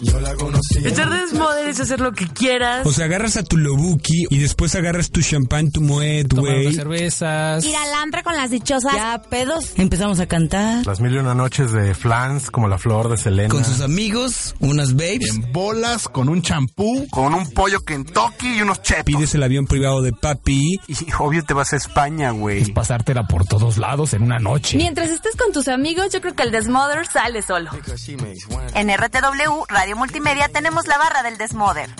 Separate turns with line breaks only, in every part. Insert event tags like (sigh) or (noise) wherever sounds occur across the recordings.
Yo la conocí.
Echar desmoder es hacer lo que quieras.
O sea, agarras a tu lobuki y después agarras tu champán, tu moet,
Tomar unas
güey.
cervezas.
Ir al antro con las dichosas.
Ya, pedos. Empezamos a cantar.
Las mil y una noches de flans como la flor de Selena.
Con sus amigos, unas babes.
En bolas, con un champú.
Con un pollo Kentucky y unos chetos.
Pides el avión privado de papi.
Y obvio te vas a España,
Es
güey.
pasártela por todos lados en una noche.
Mientras estés con tus amigos, yo creo que el Desmother sale solo.
En RTW Radio Multimedia tenemos la barra del Desmoder.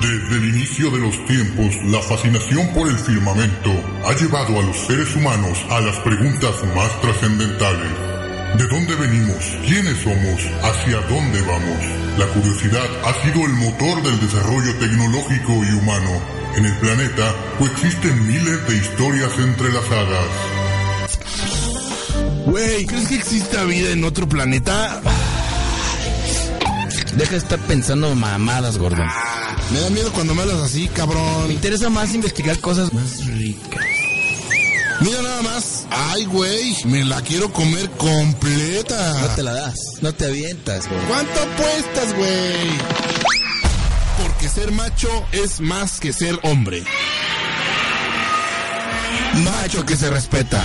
Desde el inicio de los tiempos, la fascinación por el firmamento ha llevado a los seres humanos a las preguntas más trascendentales. ¿De dónde venimos? ¿Quiénes somos? ¿Hacia dónde vamos? La curiosidad ha sido el motor del desarrollo tecnológico y humano. En el planeta coexisten miles de historias entrelazadas.
Güey, ¿crees que exista vida en otro planeta?
Deja de estar pensando mamadas, gordo.
Me da miedo cuando me hablas así,
Me
cabrón.
interesa más investigar cosas más ricas.
Mira nada más. Ay, güey, me la quiero comer
No
completa.
te la das, no te avientas, gordo.
¿Cuánto apuestas, güey? Porque ser macho es más que ser hombre. Macho que se respeta.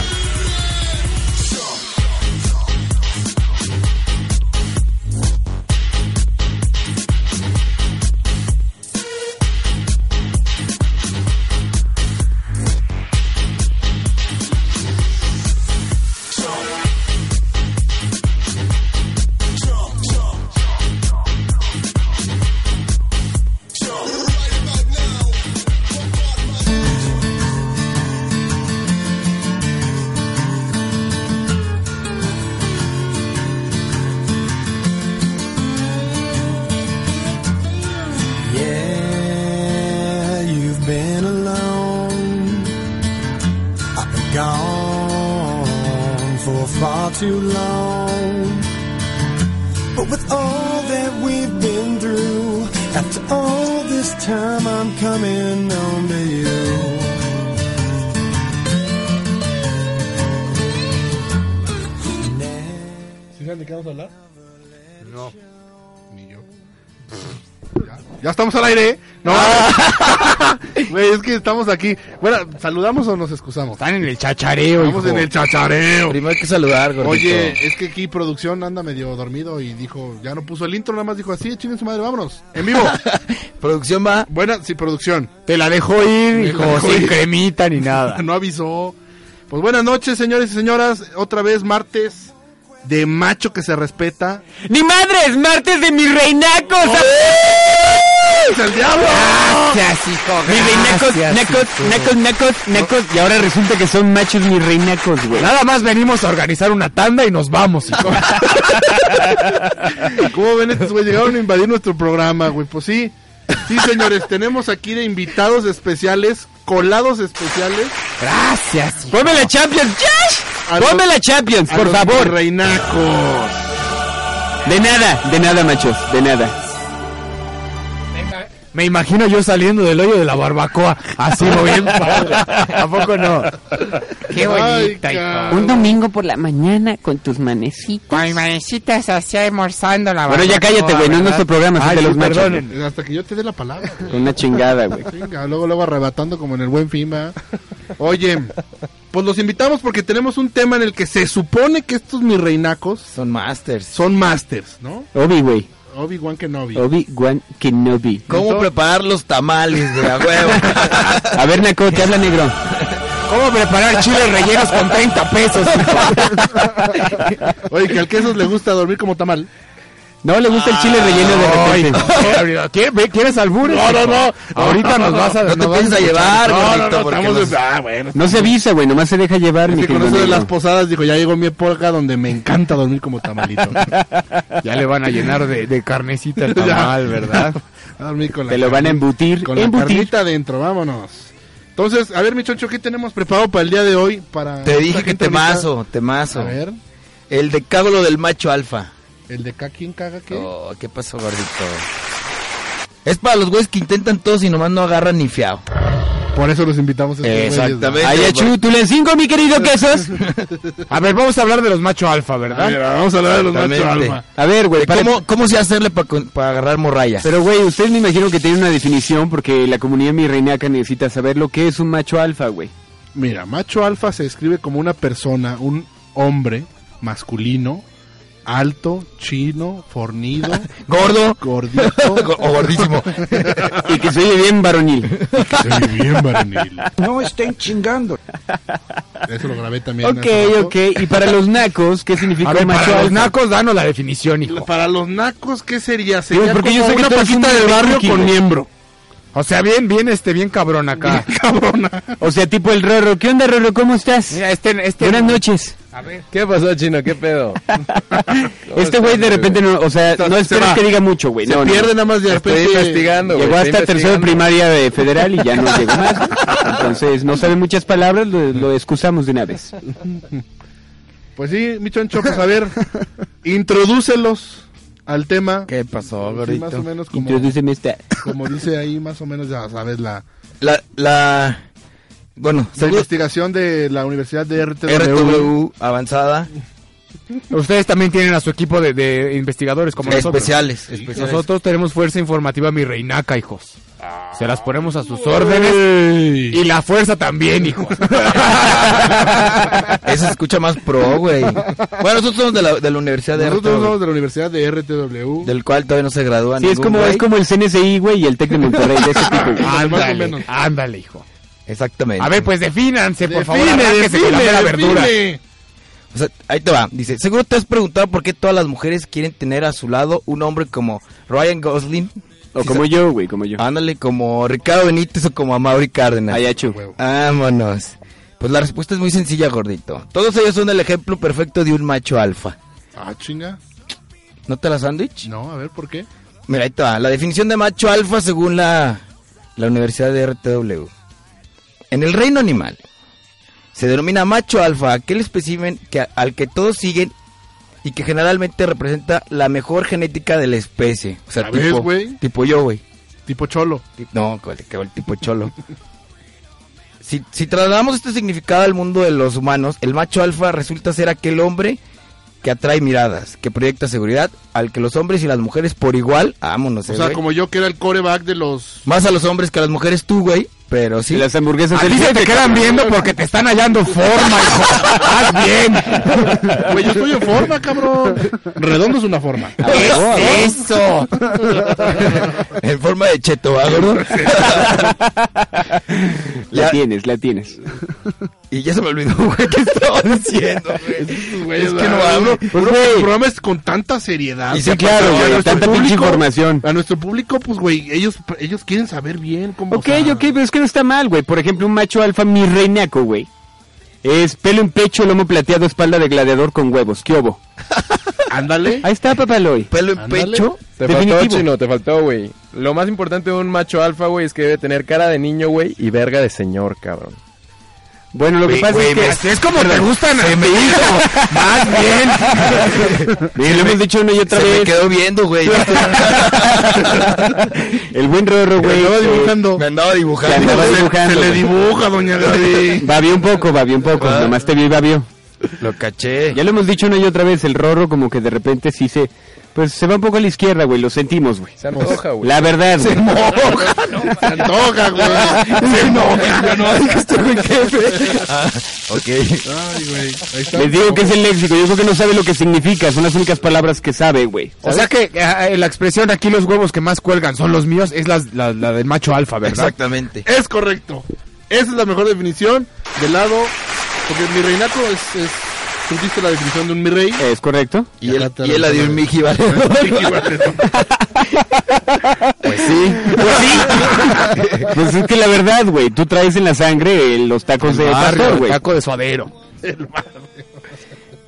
Yeah, you've been alone. I've been gone for far too long. But with all that we've been through, after all this time, I'm coming on to you.
Ya estamos al aire, ¿eh? No.
Ah.
(laughs) Güey, es que estamos aquí. Bueno, ¿saludamos o nos excusamos?
Están en el chachareo.
Estamos en el chachareo.
Primero hay que saludar, gordo.
Oye, es que aquí producción anda medio dormido y dijo, ya no puso el intro, nada más dijo así, chinguen su madre, vámonos. En
(laughs)
vivo.
producción va.
Buena, sí, producción.
Te la dejo ir,
hijo, sin (laughs)
cremita ni nada.
No avisó. Pues buenas noches, señores y señoras. Otra vez martes de macho que se respeta.
¡Ni madres! ¡Martes de mis reinacos!
¡Oh! ¡Es el diablo!
Gracias, hijo.
Mis reinacos,
gracias,
nacos,
hijo.
nacos, nacos, nacos. Y ahora resulta que son machos mis reinacos, güey. Nada más venimos a organizar una tanda y nos vamos.
¿Cómo ven estos güey? Llegaron a invadir nuestro programa, güey. Pues sí. Sí, señores, tenemos aquí de invitados especiales, colados especiales.
(laughs) Gracias. Ponme la Champions,
A
Josh.
los-
Ponme la Champions,
a
por
los
favor.
Reinacos.
De nada, de nada, machos, de nada. Me imagino yo saliendo del hoyo de la barbacoa,
(laughs)
así bien padre. ¿A poco no?
Qué bonita,
Un
domingo por la mañana con tus manecitos.
Con mis manecitas así almorzando la Bueno, ya cállate, güey, no es nuestro programa, es de los machos.
Hasta que yo te dé la palabra. güey.
Una chingada, güey.
Venga, luego, luego arrebatando como en el buen FIMA. Oye, pues los invitamos porque tenemos un tema en el que se supone que estos mis reinacos
Son masters.
son masters, ¿no?
(laughs) Obi, güey.
Obi-Wan Kenobi.
Obi-Wan Kenobi.
¿Cómo preparar los tamales, güey? A huevo.
A ver, Naco, te habla negro. ¿Cómo preparar chiles rellenos con 30 pesos?
Oye, que al queso le gusta dormir como tamal.
No le gusta el chile relleno
(laughs)
de repente. ¿Quieres albures? No, no, no. Ahorita nos vas a...
(laughs) No te pienses a llevar, gordito, porque nos-
Ah, bueno.
No se avisa, güey, nomás se deja llevar.
Es
mi
que con
querido
eso de
negro.
las posadas, dijo, ya llegó mi época donde me encanta dormir como tamalito.
(laughs) Ya le van a llenar de, de
(laughs)
carnecita el tamal, ¿verdad?
A dormir con la
Te lo van a embutir.
Con la
embutir.
carnita adentro, vámonos. Entonces, a ver, mi choncho, ¿qué tenemos preparado para el día de hoy? Para
Te dije
esta
que
gente ahorita?
temazo, temazo.
A ver,
El decálogo del macho alfa.
el de acá, ¿quién caga qué?
Oh, ¿qué pasó, gordito? Es para los güeyes que intentan todos y nomás no agarran ni fiao.
Por eso los invitamos a estos
Exactamente.
güeyes, ¿no?
Allá Chutulen 5, mi querido Quesos. A ver, vamos a hablar de los macho alfa,
A
¿verdad?
ver, vamos a hablar de los macho
Exactamente.
alfa.
A ver,
(laughs)
güey.
¿De cómo-
se hacerle para agarrar morrayas? Pero, güey, ustedes me imagino que tienen una definición porque la comunidad mirreinaca necesita saber lo que es un macho alfa, güey.
Mira, macho alfa se describe como una persona, un hombre masculino, alto, chino, fornido,
Gordo.
gordito
(laughs)
O gordísimo. y que se oye bien
(laughs)
varonil.
se oye bien varonil.
No estén chingando.
Eso lo grabé también.
Ok,
hace rato.
ok. ¿Y para los nacos qué significa
A ver,
un macho
para los
nacos, danos la definición, hijo.
Para los nacos, ¿qué sería?
Digo,
Sería
porque yo
como
sé que
una
tú eres un
paquita del barrio
cookie,
con
güey.
miembro.
O sea, bien, bien, este, bien cabrón acá.
O sea, tipo el Rorro. ¿Qué onda, Rorro? ¿Cómo estás?
Mira, este, este.
Buenas noches.
A ver. ¿Qué pasó, chino? ¿Qué pedo?
Este güey de repente no, o sea, no esperes
va.
que diga mucho, güey.
Se
no, no.
pierde nada más de Estoy repente. investigando, güey,
Llegó
estoy
hasta tercero de
investigando.
primaria de federal y ya no llegó más. güey. Entonces, no sabe muchas palabras, lo, lo excusamos de una vez.
Pues sí, mi choncho, pues a ver, introdúcelos al tema. ¿Qué
pasó,
gordito? más o menos como,
Introdúceme esta.
como dice ahí, más o menos, ya sabes, la,
La, la, bueno,
la
según
investigación de la Universidad de RTW.
RTW avanzada,
Ustedes también tienen a su equipo de, de investigadores como
Sí,
nosotros. pues
especiales, especiales.
Nosotros tenemos fuerza informativa, mi reinaca, hijos. Se las ponemos a sus órdenes. Y la fuerza también, hijos.
(laughs) eso se escucha más pro, güey. Bueno, nosotros somos de la, de la Universidad de
Nosotros
RTW,
somos de la Universidad de RTW.
del cual todavía no se gradúa
Sí, es
ningún
como,
güey.
es como el CNCI, güey, y el Tec de Monterrey, de ese tipo. güey.
ándale, ándale, hijo.
Exactamente.
A ver, pues defínanse, por favor.
Define,
arránquese con la
define,
mera verdura.
define. O sea, ahí te va. Dice, seguro te has preguntado por qué todas las mujeres quieren tener a su lado un hombre como Ryan Gosling.
O
Sí, Ah,
como
sa-
yo, güey, como yo.
Ándale, como Ricardo Benítez o como Amaury Cárdenas.
Ayachu.
Vámonos. Pues la respuesta es muy sencilla, gordito. Todos ellos son el ejemplo perfecto de un macho alfa.
Ah, chinga.
¿No te la sándwich?
No, a ver, ¿por qué?
Mira, ahí te va. La definición de macho alfa según la, la Universidad de RTW. En el reino animal se denomina macho alfa aquel espécimen que, al que todos siguen y que generalmente representa la mejor genética de la especie. O sea,
¿La ves,
tipo,
güey?
tipo yo, güey.
Tipo cholo.
Ti- No, cuál- que el tipo cholo. (laughs) Si, si trasladamos este significado al mundo de los humanos, el macho alfa resulta ser aquel hombre que atrae miradas, que proyecta seguridad, al que los hombres y las mujeres por igual, vámonos,
O
eh,
sea,
güey.
como yo que era el coreback de los...
Más a los hombres que a las mujeres tú, güey, pero sí.
Y las hamburguesas
Ah,
A ti se te quedan viendo porque te están hallando forma, hijo. Haz bien.
Güey, yo estoy en forma, cabrón. Redondo es una forma.
¿Qué es eso? en forma de cheto, ¿va, gordo?
La
Ya-
tienes, la tienes.
(laughs) y ya se me olvidó, güey, qué estaba diciendo, güey.
Güey,
Es que
¿verdad?
no hablo.
Uno-
Pues,
uno
güey.
que programa es con tanta seriedad.
Y
Sí,
se
claro,
pasó,
a
güey,
nuestro
tanta pinche
público.
información.
A nuestro público, pues, güey, ellos, ellos quieren saber bien cómo...
Ok, ok, pero es que no está mal, güey. Por ejemplo, un macho alfa mi reinaco, güey. Es pelo en pecho, lomo plateado, espalda de gladiador con huevos. ¿Qué hubo?
Ándale.
Ahí está, papaloy.
Pelo en
Ándale.
pecho.
Te
Definitivo.
faltó, chino,
te faltó, güey. Lo más importante de un macho alfa, güey, es que debe tener cara de niño, güey, y verga de señor, cabrón.
Bueno, lo que
Güey,
pasa
güey,
es que...
me-
Es como te gustan a mi hijo. Más bien.
Mira, lo hemos dicho una y (laughs) otra
Ah, Se me
vez.
quedó viendo, güey.
(laughs) El buen Rorro, güey.
Estaba
eh,
dibujando.
me andaba
que
dibujando.
andaba
Se-
dibujando,
Se le
güey.
dibuja, doña Gaby. Ah.
Babió un poco, babió un poco. Nomás te vi, babió.
Lo caché.
Ya lo hemos dicho una y otra vez. El Rorro como que de repente sí se... Pues se va un poco a la izquierda, güey. Lo sentimos, güey.
Se antoja, güey.
La verdad, güey.
Se antoja, güey. Se enoja.
Ya no
este
dijiste, güey, jefe. ok.
Ay, güey. Ahí está.
Les digo que es el léxico. Yo creo que no sabe lo que significa. Son las únicas palabras que sabe, güey.
O sea que eh, la expresión aquí los huevos que más cuelgan son los míos es las- la, la del macho alfa, ¿verdad?
Exactamente.
Es correcto. Esa es la mejor definición del lado. Porque mi reinato es. es tú diste la definición de un mi rey.
¿Es correcto?
Y él,
Acá te
y él
la-
la dio un Miji, ¿vale?
(laughs)
(laughs) pues sí.
Pues sí. pues es que la verdad, güey, tú traes en la sangre eh, los tacos de pastor,
Barrio,
güey.
taco de suadero.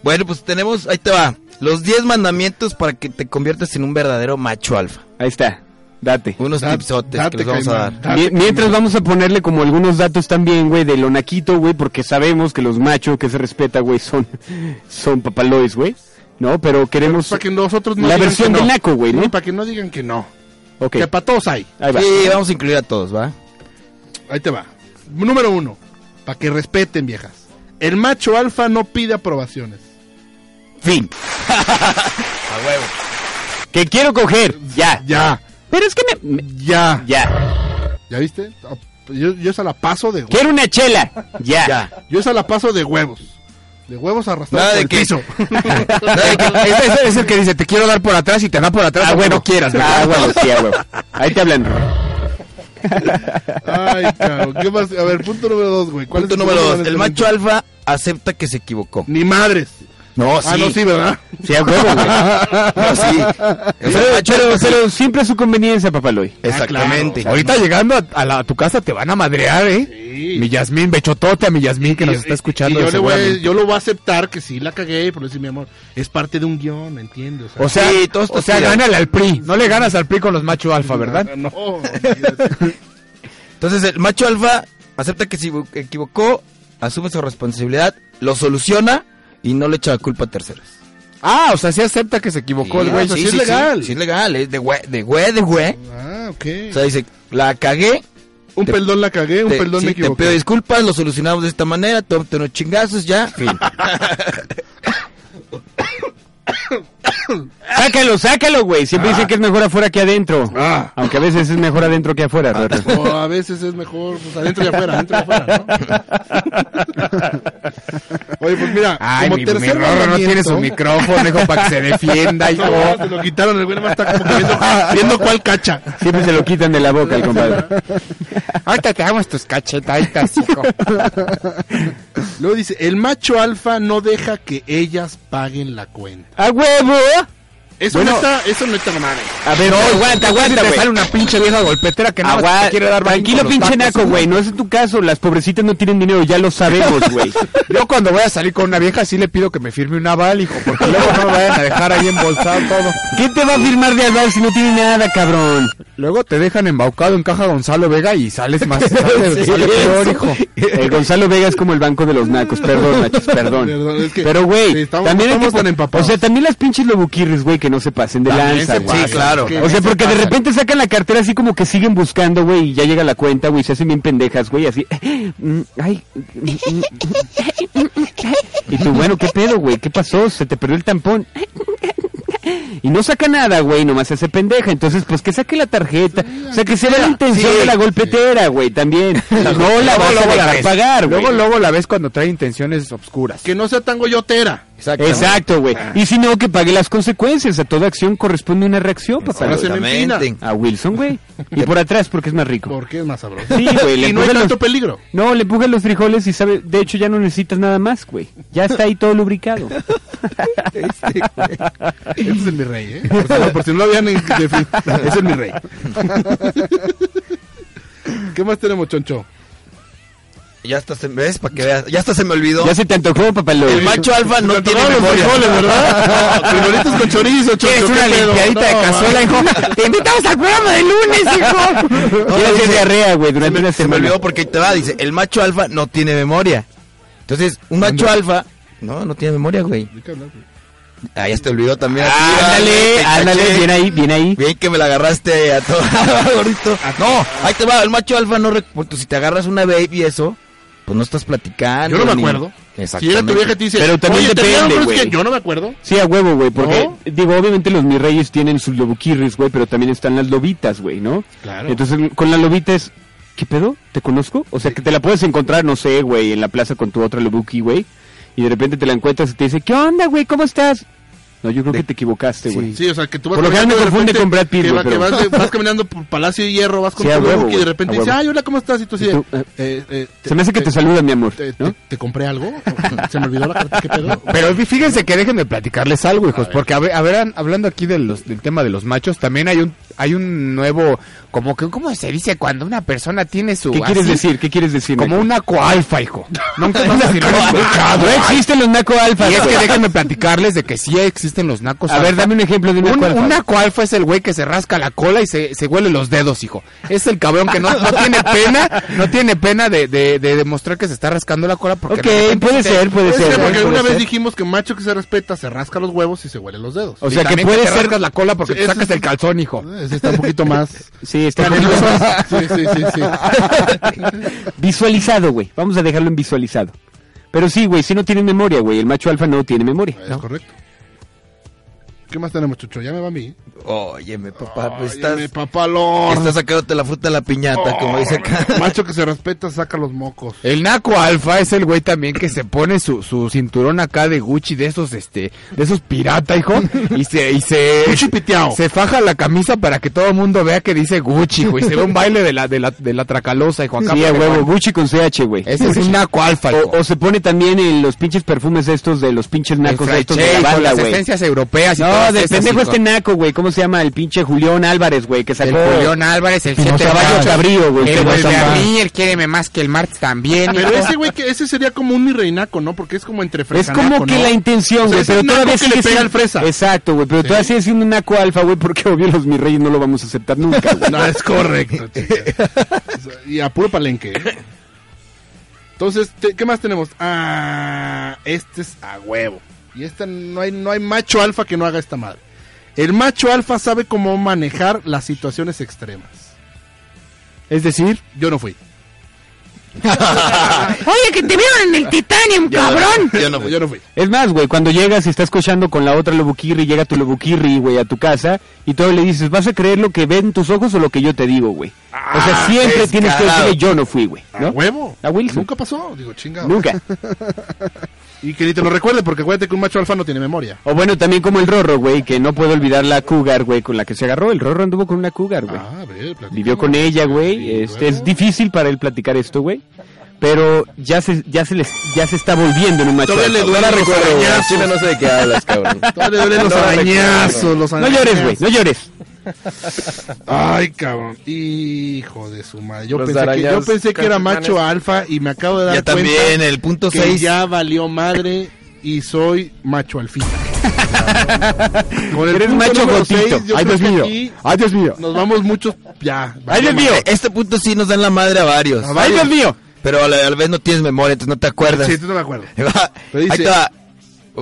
Bueno, pues tenemos, ahí te va. Los 10 mandamientos para que te conviertas en un verdadero macho alfa.
Ahí está. Date.
Unos
Da-
tipsotes
date,
que les vamos a
caimán,
dar.
date,
Mie- Mientras
caimán.
vamos a ponerle como algunos datos también, güey, de lo naquito, güey, porque sabemos que los machos que se respeta, güey, son, (laughs) son papalois, güey. No, pero queremos...
Para que nosotros
La
digan
versión
que
del naco, güey, ¿no?
Sí, para que no digan que no.
Ok,
Que para todos hay.
ahí va.
Sí, vamos a incluir a todos, ¿va?
Ahí te va. número uno, para que respeten, viejas. El macho alfa no pide aprobaciones.
Fin.
A huevo.
Que quiero coger. Ya.
Ya.
Pero es que me.
Ya.
Ya.
¿Ya viste? Yo, yo esa la paso de
Quiero una chela. Ya. Ah,
Yo esa la paso de huevos. De huevos arrastrados
Nada
por
de
el
que-
piso. (laughs)
Ese, ese es el que dice, te quiero dar por atrás y te da por atrás
Ah,
aunque
bueno.
no quieras. ¿verdad?
Ah, bueno, sí, ah, bueno. Ahí te hablan.
Ay, cabrón. ¿Qué más? A ver, punto número dos, güey. ¿Cuál
Punto
es
número
número
dos.
en
El
este
macho alfa acepta que se equivocó.
Ni madres.
No, sí.
Ah, no, sí, ¿verdad?
Sí, a huevo, güey.
No, sí. O sea, el
Pero,
macho
pero-
alfa sí.
pero siempre a su conveniencia,
Ah,
papaloy.
Exactamente. Ahorita llegando a, a la- a tu casa te van a madrear, ¿eh? Mi Yasmín, bechotote a mi Yasmín que
Y-
nos
y-
está escuchando.
y yo, le voy, a-
seguramente.
yo lo voy a aceptar que sí la cagué, pero decir, mi amor, es parte de un guión, ¿entiendes?
O sea,
Sí,
todos
o sea,
estiran.
gánale al PRI. No le ganas al PRI con los macho alfa, ¿verdad?
(laughs)
Ah, No.
Oh, Entonces el macho alfa acepta que se equivo- equivocó, asume su responsabilidad, lo soluciona y no le echa la culpa a terceros.
Ah, o sea, sí acepta que se equivocó el güey.
o sea, sí, sí, Sí, es legal, es de güey, de güey, de güey.
Ah, ok.
O sea, dice, la cagué.
Un perdón la cagué, un
te-
perdón
sí,
me
Te
equivoqué.
pido disculpas, lo solucionamos de esta manera, tómate unos chingazos, ya, fin.
Sácalo, sácalo, güey. Siempre dicen que es mejor afuera que adentro.
Ah.
Aunque a veces es mejor adentro que afuera. Roberto.
O a veces es mejor, pues adentro y afuera, adentro y
(laughs)
afuera, ¿no? Oye, pues mira,
Ay,
como
mi- mi
tercer
Rorro no
mandamiento-
tiene su micrófono, hijo, para que se (laughs) defienda, hijo.
No, se lo quitaron, el güey nada más está como que viendo, viendo cuál cacha.
Siempre se lo quitan de la boca el compadre.
(laughs)
Ahorita te damos tus cachetaditas, hijo.
Luego dice, el macho alfa no deja que ellas paguen la cuenta.
¡A huevo!
Eso
Bueno.
no está, eso no está mamada.
A ver, no, aguanta, aguanta,
Te
güey.
sale una pinche vieja golpetera que nada más
Agua-
te quiere dar brinco
Tranquilo,
los
pinche
tacos,
naco, güey. No es tu caso. Las pobrecitas no tienen dinero, ya lo sabemos, güey.
(laughs) Yo cuando voy a salir con una vieja sí le pido que me firme un aval, hijo, porque luego no me vayan a dejar ahí embolsado todo.
¿Quién te va a firmar de hablar si no tiene nada,
(laughs)
cabrón?
Luego te dejan embaucado en caja Gonzalo Vega y sales (laughs) más sales,
Sí,
sale peor,
eso.
hijo.
Eh, Gonzalo Vega es como el banco de los nacos. Perdón, machos, perdón.
Perdón, es que-
Pero, güey,
sí, estamos-
también hay que
estamos tan
po-
empapados.
O sea, también las pinches lobuquirris, güey, que no se pasen de
También
lanza,
se
güey.
pasan,
claro.
que
O sea,
se
porque de
pasan.
repente sacan la cartera así como que siguen buscando, güey, y ya llega la cuenta, güey, se hacen bien pendejas, güey, así. mm, Ay. mm, mm, mm, Y tú, bueno, ¿qué pedo, güey? ¿Qué pasó? Se te perdió el tampón. Y no saca nada, güey, nomás se hace pendeja. Entonces, pues que saque la tarjeta. O sea, que se vea la intención
sí,
de la golpetera, güey, también. No (laughs) la vas a dejar pagar, güey.
Luego, luego la ves cuando trae intenciones obscuras.
Que no sea tan goyotera.
Exacto, güey. Y si no, que pague las consecuencias. A toda acción corresponde una reacción, papá.
Ahora se me empina.
A Wilson, güey. Y por atrás, porque es más rico.
Porque es más sabroso.
(laughs)
Sí, güey, le
y no hay
empujan
tanto
los-
peligro.
No, le empujas los frijoles y sabe... De hecho, ya no necesitas nada más, güey. Ya está ahí todo lubricado.
Ese es el mi rey, ¿eh? Por si no, por si no lo habían... en- defin- (laughs) Ese es mi rey. ¿Qué más tenemos, choncho?
ya hasta se, ¿ves? Para que veas, ya hasta se me olvidó.
ya se te antojó, papá. Lo...
El macho alfa no tiene
Todos los
memoria.
frijoles,
(laughs)
¿verdad? Frijolitos con chorizo, choncho.
¿Quieres una
¿qué pedo?
limpiadita de
No,
cazuela,
man.
(laughs) hijo? Te invitamos al programa de (laughs) lunes,
(laughs)
hijo.
Quiere hacer diarrea, güey,
Se
durante
me,
una
se me
semana.
olvidó porque ahí te va, dice, el macho alfa no tiene memoria. Entonces, un macho alfa, no, no tiene memoria, güey.
¿De qué hablas, güey?
Ah, ya se te olvidó también. a ti, Ah, güey,
Ándale,
te
ándale,
caché.
bien ahí, bien ahí.
Bien que me la agarraste a todo, (laughs) gordito. No, ahí te va, el macho alfa no recuerda. Si te agarras una baby y eso, pues no estás platicando.
Yo no me
ni-
acuerdo. Si
Exactamente.
llega tu vieja y te dice,
Pero también
oye, ¿te
depende,
dieron? Pero es
güey.
que yo no me acuerdo.
Sí, a huevo, güey, porque
¿No?
digo, obviamente los mis reyes tienen sus lobuquirris, güey, pero también están las lobitas, güey, ¿no?
Claro.
Entonces, con la lobita es, ¿qué pedo? ¿Te conozco? O sea, que te la puedes encontrar, no sé, güey, en la plaza con tu otra lobuki, güey, y de repente te la encuentras y te dice, ¿qué onda, güey? ¿Cómo estás? No, yo creo que te equivocaste, güey.
Sí, o sea, que tú vas
Por lo general
caminando
me
de
confunde
repente,
con Brad Pitt,
que
güey,
va- que
pero-
vas,
(laughs)
de- vas caminando por Palacio de Hierro, vas con
Sí, a
tu
huevo,
look y
güey,
de repente
a
dice,
huevo.
ay, hola, ¿cómo estás? Y tú así
Y
de,
tú, eh,
eh, eh, te-
Se me hace que te saluda, mi amor,
te, te-
¿no?
¿te compré algo? ¿Se me olvidó la carta? ¿Qué pedo?
Pero fíjense que dejen de platicarles algo, hijos, porque a ver, a ver, hablando aquí de los, del tema de los machos, también hay un, hay un nuevo, como que, ¿cómo se dice cuando una persona tiene su...
¿Qué quieres
así?
decir? ¿Qué quieres decir?
Como
naco?
un coalfa, hijo. Nunca vas a (laughs) decir
No existen los naco alfa.
Y es que déjenme platicarles de que sí existen los nacos.
A ver,
alfa.
dame un ejemplo de un
Un,
naco alfa.
un naco alfa es el güey que se rasca la cola y se, se huele los dedos, hijo. Es el cabrón que no, no tiene pena, no tiene pena de, de- de demostrar que se está rascando la cola porque...
Ok,
de repente
puede
se-
ser, puede
Es que
ser. ¿eh?
porque
Puede
alguna
ser.
vez dijimos que macho que se respeta se rasca los huevos y se huele los dedos.
O
Y
sea, que
también
puede
te
ser
rascas la cola porque
Sí,
te
eso
sacas
sí.
el calzón, hijo.
(laughs) ese está un poquito más.
(laughs) Sí, está (laughs)
(laughs) Sí, sí, sí, sí.
Visualizado, güey. Vamos a dejarlo en visualizado. Pero sí, güey, si no tiene memoria, güey. El macho alfa no tiene memoria.
Es correcto. ¿Qué más tenemos, Chucho? Ya me va a mí.
Óyeme, papá, pues
Óyeme,
estás.
papalón.
Estás sacándote la fruta de la piñata, como dice acá.
Macho que se respeta, saca los mocos.
El naco alfa es el güey también que se pone su, su cinturón acá de Gucci de esos este de esos pirata hijo y se y se se faja la camisa para que todo el mundo vea que dice Gucci güey se ve un baile de la de la de la tracalosa hijo acá
Sí, a
porque,
huevo,
bueno,
Gucci con CH, güey.
(laughs) Ese es un naco alfa, hijo.
O, o se pone también en los pinches perfumes estos de los pinches nacos
El
estos
fraché,
de la
con
banda,
las
güey.
esencias europeas y
No,
todas
de
esas,
pendejo
hijo.
este naco, güey. ¿Cómo se llama? El pinche Julián Álvarez, güey, que
el
sacó...
Julián Álvarez el
No,
siete
Caballo
grados.
Cabrío, güey, que
el
no
güey de
está
a
mal.
mí, el quiéreme más que el Marx también
Pero
hijo.
ese güey, que ese sería como un mi reinaco, ¿no? Porque es como entre fresa.
Es como que la intención, güey, pero todavía
que le
sigue
pega
siendo-
al fresa.
Exacto, güey, pero todavía sigue siendo un naco alfa, güey, porque obvio los mis reyes no lo vamos a aceptar nunca, güey.
No, es correcto, chica. O sea, Y a puro palenque. ¿eh? Entonces, te- ¿qué más tenemos? Ah, este es a huevo. Y esta no hay, no hay macho alfa que no haga esta madre. El macho alfa sabe cómo manejar las situaciones extremas.
(laughs) Es decir,
yo no fui.
Oye, que te vieron en el Titanium, cabrón.
Yo no fui. Yo no fui.
Es más, güey, cuando llegas y estás cochando con la otra lobuquirri, llega tu lobuquirri, güey, a tu casa y todo le dices, ¿vas a creer lo que ven tus ojos o lo que yo te digo, güey? o
Ah,
sea, siempre tienes que
descarado.
decirle, yo no fui, güey. ¿no?
A huevo.
A Wilson.
Nunca pasó. Digo, chingado.
Nunca.
Y que ni te lo recuerde, porque acuérdate que un macho alfa no tiene memoria.
O bueno, también como el Rorro, güey, que no puedo olvidar la cougar, güey, con la que se agarró. El Rorro anduvo con una cougar, güey.
Ah, A ver, platícame.
Vivió con ella, güey. Este, es difícil para él platicar esto, güey. Pero ya se, ya se les, ya se está volviendo en un macho.
Todavía le
alfa.
duelen
No la
los
recuerdo, güey.
arañazos. Chile, no sé de qué hablas, cabrón.
(laughs) Todavía le duelen los
No
arañazos, los
No llores, güey, no llores.
Ay, cabrón. Hijo de su madre. Yo,
Los
pensé que, yo
arañas
pensé que era
campesianes.
macho alfa y me acabo de dar
Ya
cuenta.
también, eh, el punto
que
seis.
Ya valió madre y soy macho alfita. Con el
Eres
punto
macho
número
gotito.
seis, yo
Ay,
creo
Dios
que
mío.
aquí
Ay, Dios mío.
Nos vamos muchos. Ya.
Ay, Dios mío. Este punto sí nos dan la madre a varios.
A varios. Ay, Dios mío.
Pero a la, a la vez no tienes memoria, entonces no te acuerdas.
Sí, tú no me acuerdo.
Ahí
dice-
te (laughs) va.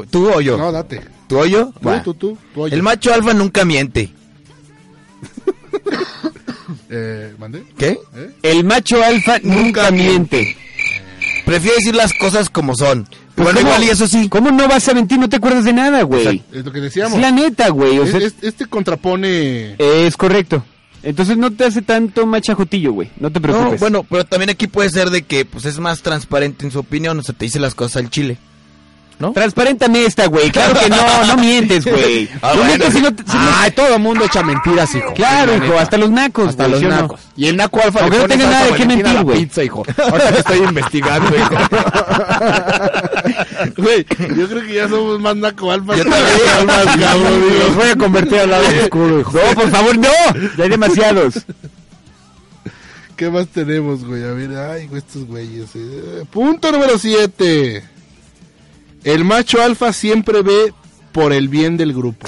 ¿Tú o yo?
No, date.
¿Tú o yo?
Tú,
Va.
tú, tú, tú, oye.
El macho alfa nunca miente.
Eh, ¿Mandé?
¿Qué?
¿Eh?
El macho alfa nunca miente.
Prefiero decir las cosas como son.
Pues
Bueno,
¿cómo-
igual y eso sí.
¿Cómo no vas a mentir? No te acuerdas de nada, güey.
Es lo que
Es
decíamos.
la neta, güey. o
Es-
sea-
es- este contrapone.
Es correcto. Entonces no te hace tanto machajutillo, güey. No te preocupes.
No, bueno, pero también aquí puede ser de que pues es más transparente en su opinión, o sea, te dice las cosas al chile.
Transparéntame esta, güey. Claro que no, no
(laughs)
mientes, güey.
Ah, bueno.
No mientes si no te- si no-
Ay, todo el mundo echa mentiras, hijo.
Claro,
La
hijo,
neta.
hasta los nacos,
Hasta
güey,
los
¿sí o no?
nacos. Y el naco alfa
Aunque
le
no
pone
tenga
salsa
nada de qué
Valentina a
mentir,
la
güey.
pizza, hijo. Ahora te estoy investigando, hijo.
Güey, yo creo que ya somos más naco alfa.
Yo también.
Naco
(laughs)
alfa, cabrón, digo.
Los voy a convertir al lado oscuro, hijo.
No, por favor, no. Ya hay demasiados.
¿Qué más tenemos, güey? A ver, ay, güey, estos güeyes. eh. Punto número 7. El macho alfa siempre ve por el bien del grupo.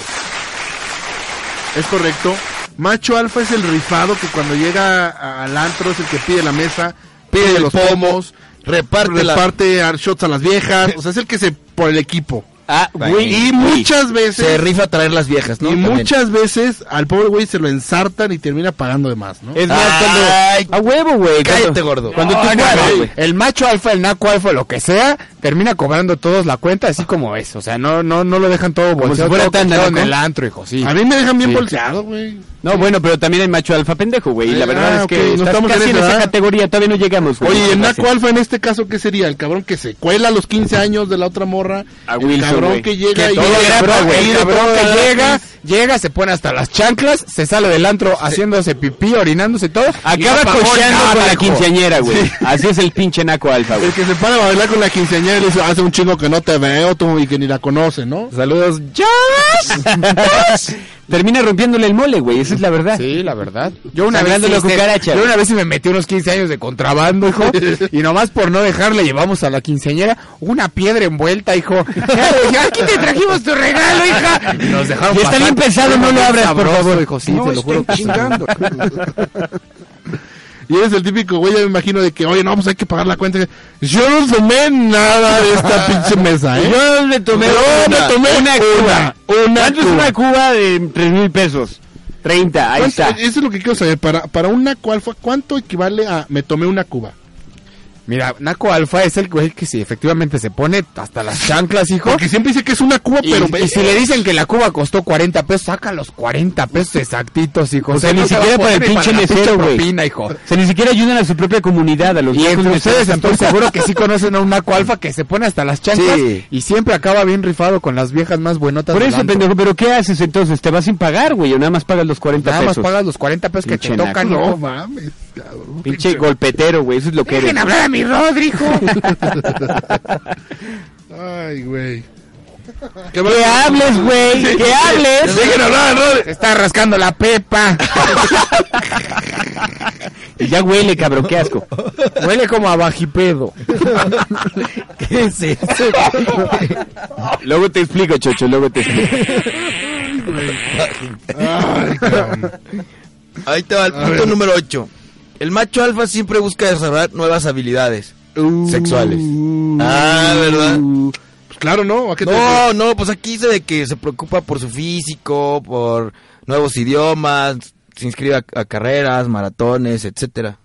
Es correcto. Macho alfa es el rifado que cuando llega a- al antro es el que pide la mesa, pide
el
los
pomo,
pomos,
(laughs) reparte la-
reparte ar- shots a las viejas. O sea, es el que se por el equipo.
Ah, güey.
Y muchas veces.
Se rifa a traer las viejas, ¿no?
y
También.
muchas veces al pobre güey se lo ensartan y termina pagando de más, ¿no?
Es más,
Ay,
cuando... A huevo, güey.
cállate,
Cuando,
gordo.
cuando tú
Ay, no,
juegas,
güey.
güey.
el macho alfa, el naco alfa, lo que sea, termina cobrando todos la cuenta así como es. O sea, no, no, no lo dejan todo bolseado,
si fuera
todo
tanda,
colchado
¿no?
en el antro, hijo, sí.
A mí me dejan bien
Sí.
bolseado, güey.
No, bueno, pero también hay macho alfa pendejo, güey. Y la
Ah,
verdad es que
ok, no
estás
estamos en
casi en
esa,
esa
¿verdad?
categoría. Todavía no llegamos, güey.
Oye, ¿y el
Gracias.
Naco Alfa en este caso, ¿qué sería? El cabrón que se cuela a los 15 años de la otra morra.
A
el
Wilson,
cabrón
güey.
que llega
Que
y
todo
llega
era
para
pro, güey.
ir
El
de
cabrón
todo
que
gratis.
llega, llega, se pone hasta las chanclas, se sale del antro haciéndose pipí, orinándose todo.
Acaba cocheando
cocheando
con la quinceañera, güey. Así es el pinche naco alfa, güey.
El que se para a bailar con la quinceañera y le dice, hace un chingo que no te veo tú y que ni la conoce, ¿no?
Saludos, ya.
Termina rompiéndole el mole, güey. Esa es la verdad.
Sí, la verdad. Yo una vez
Sacando la
hice-
cucaracha.
yo una vez sí me metí unos 15 años de contrabando, (laughs) hijo, y nomás por no dejarle llevamos a la quinceañera una piedra envuelta, hijo. (laughs) Ya, Aquí te trajimos tu regalo, hija. Y nos dejaron
Y está bien pesado, no lo abras, por favor.
hijo, sí, te lo juro que sí.
Y eres el típico güey, ya me imagino, de que, oye, no, pues hay que pagar la cuenta. Yo no tomé nada de esta pinche mesa, ¿eh?
Yo me tomé
Yo me tomé
una cuba.
una
¿Cuánto es
cuba.
una cuba de tres mil pesos? 30, ahí
¿Cuánto-
está.
Eso es lo que quiero saber. Para, para un naco alfa, ¿cuánto equivale a me tomé una cuba?
Mira, Naco Alfa es el güey que si efectivamente se pone hasta las chanclas, hijo.
Porque siempre dice que es una cuba,
Y-
pero...
Y
(laughs)
si le dicen que la cuba costó 40 pesos, saca los 40 pesos exactitos, hijo.
O sea, ni
no se va a
siquiera para el
poder ni
pinche
la
mesero, güey.
propina, hijo.
O sea, ni siquiera ayudan a su propia comunidad, a los
Y
viejos
entre
meseros
ustedes estoy
tampoco.
seguro que sí conocen a un naco alfa que se pone hasta las chanclas
Sí.
y siempre acaba bien rifado con las viejas más buenotas.
Por
del
eso,
antro.
pendejo, pero ¿qué haces entonces? ¿Te vas sin pagar, güey? ¿O nada más pagas los 40
Nada más
pesos?
pagas los 40 pesos que te
Pinche
tocan,
naco.
hijo.
No Pinche golpetero, güey, eso es lo que
Dejen
eres.
hablar a mi Rodrigo.
Ay, güey.
¡Que hables, güey! ¡Que hables!
Dejen
(laughs)
hablar al Rodri.
Se está rascando la pepa.
Y ya huele, cabrón, qué asco.
Huele como a bajipedo.
¿Qué es eso? luego te explico, Chocho, luego te explico.
Ahí te va el punto número 8. El macho alfa siempre busca desarrollar nuevas habilidades sexuales. Ah, ¿verdad?
Uh. Pues claro, ¿no? ¿A qué te
no, no, pues aquí dice de que se preocupa por su físico, por nuevos idiomas, se inscribe a, a carreras, maratones, etcétera.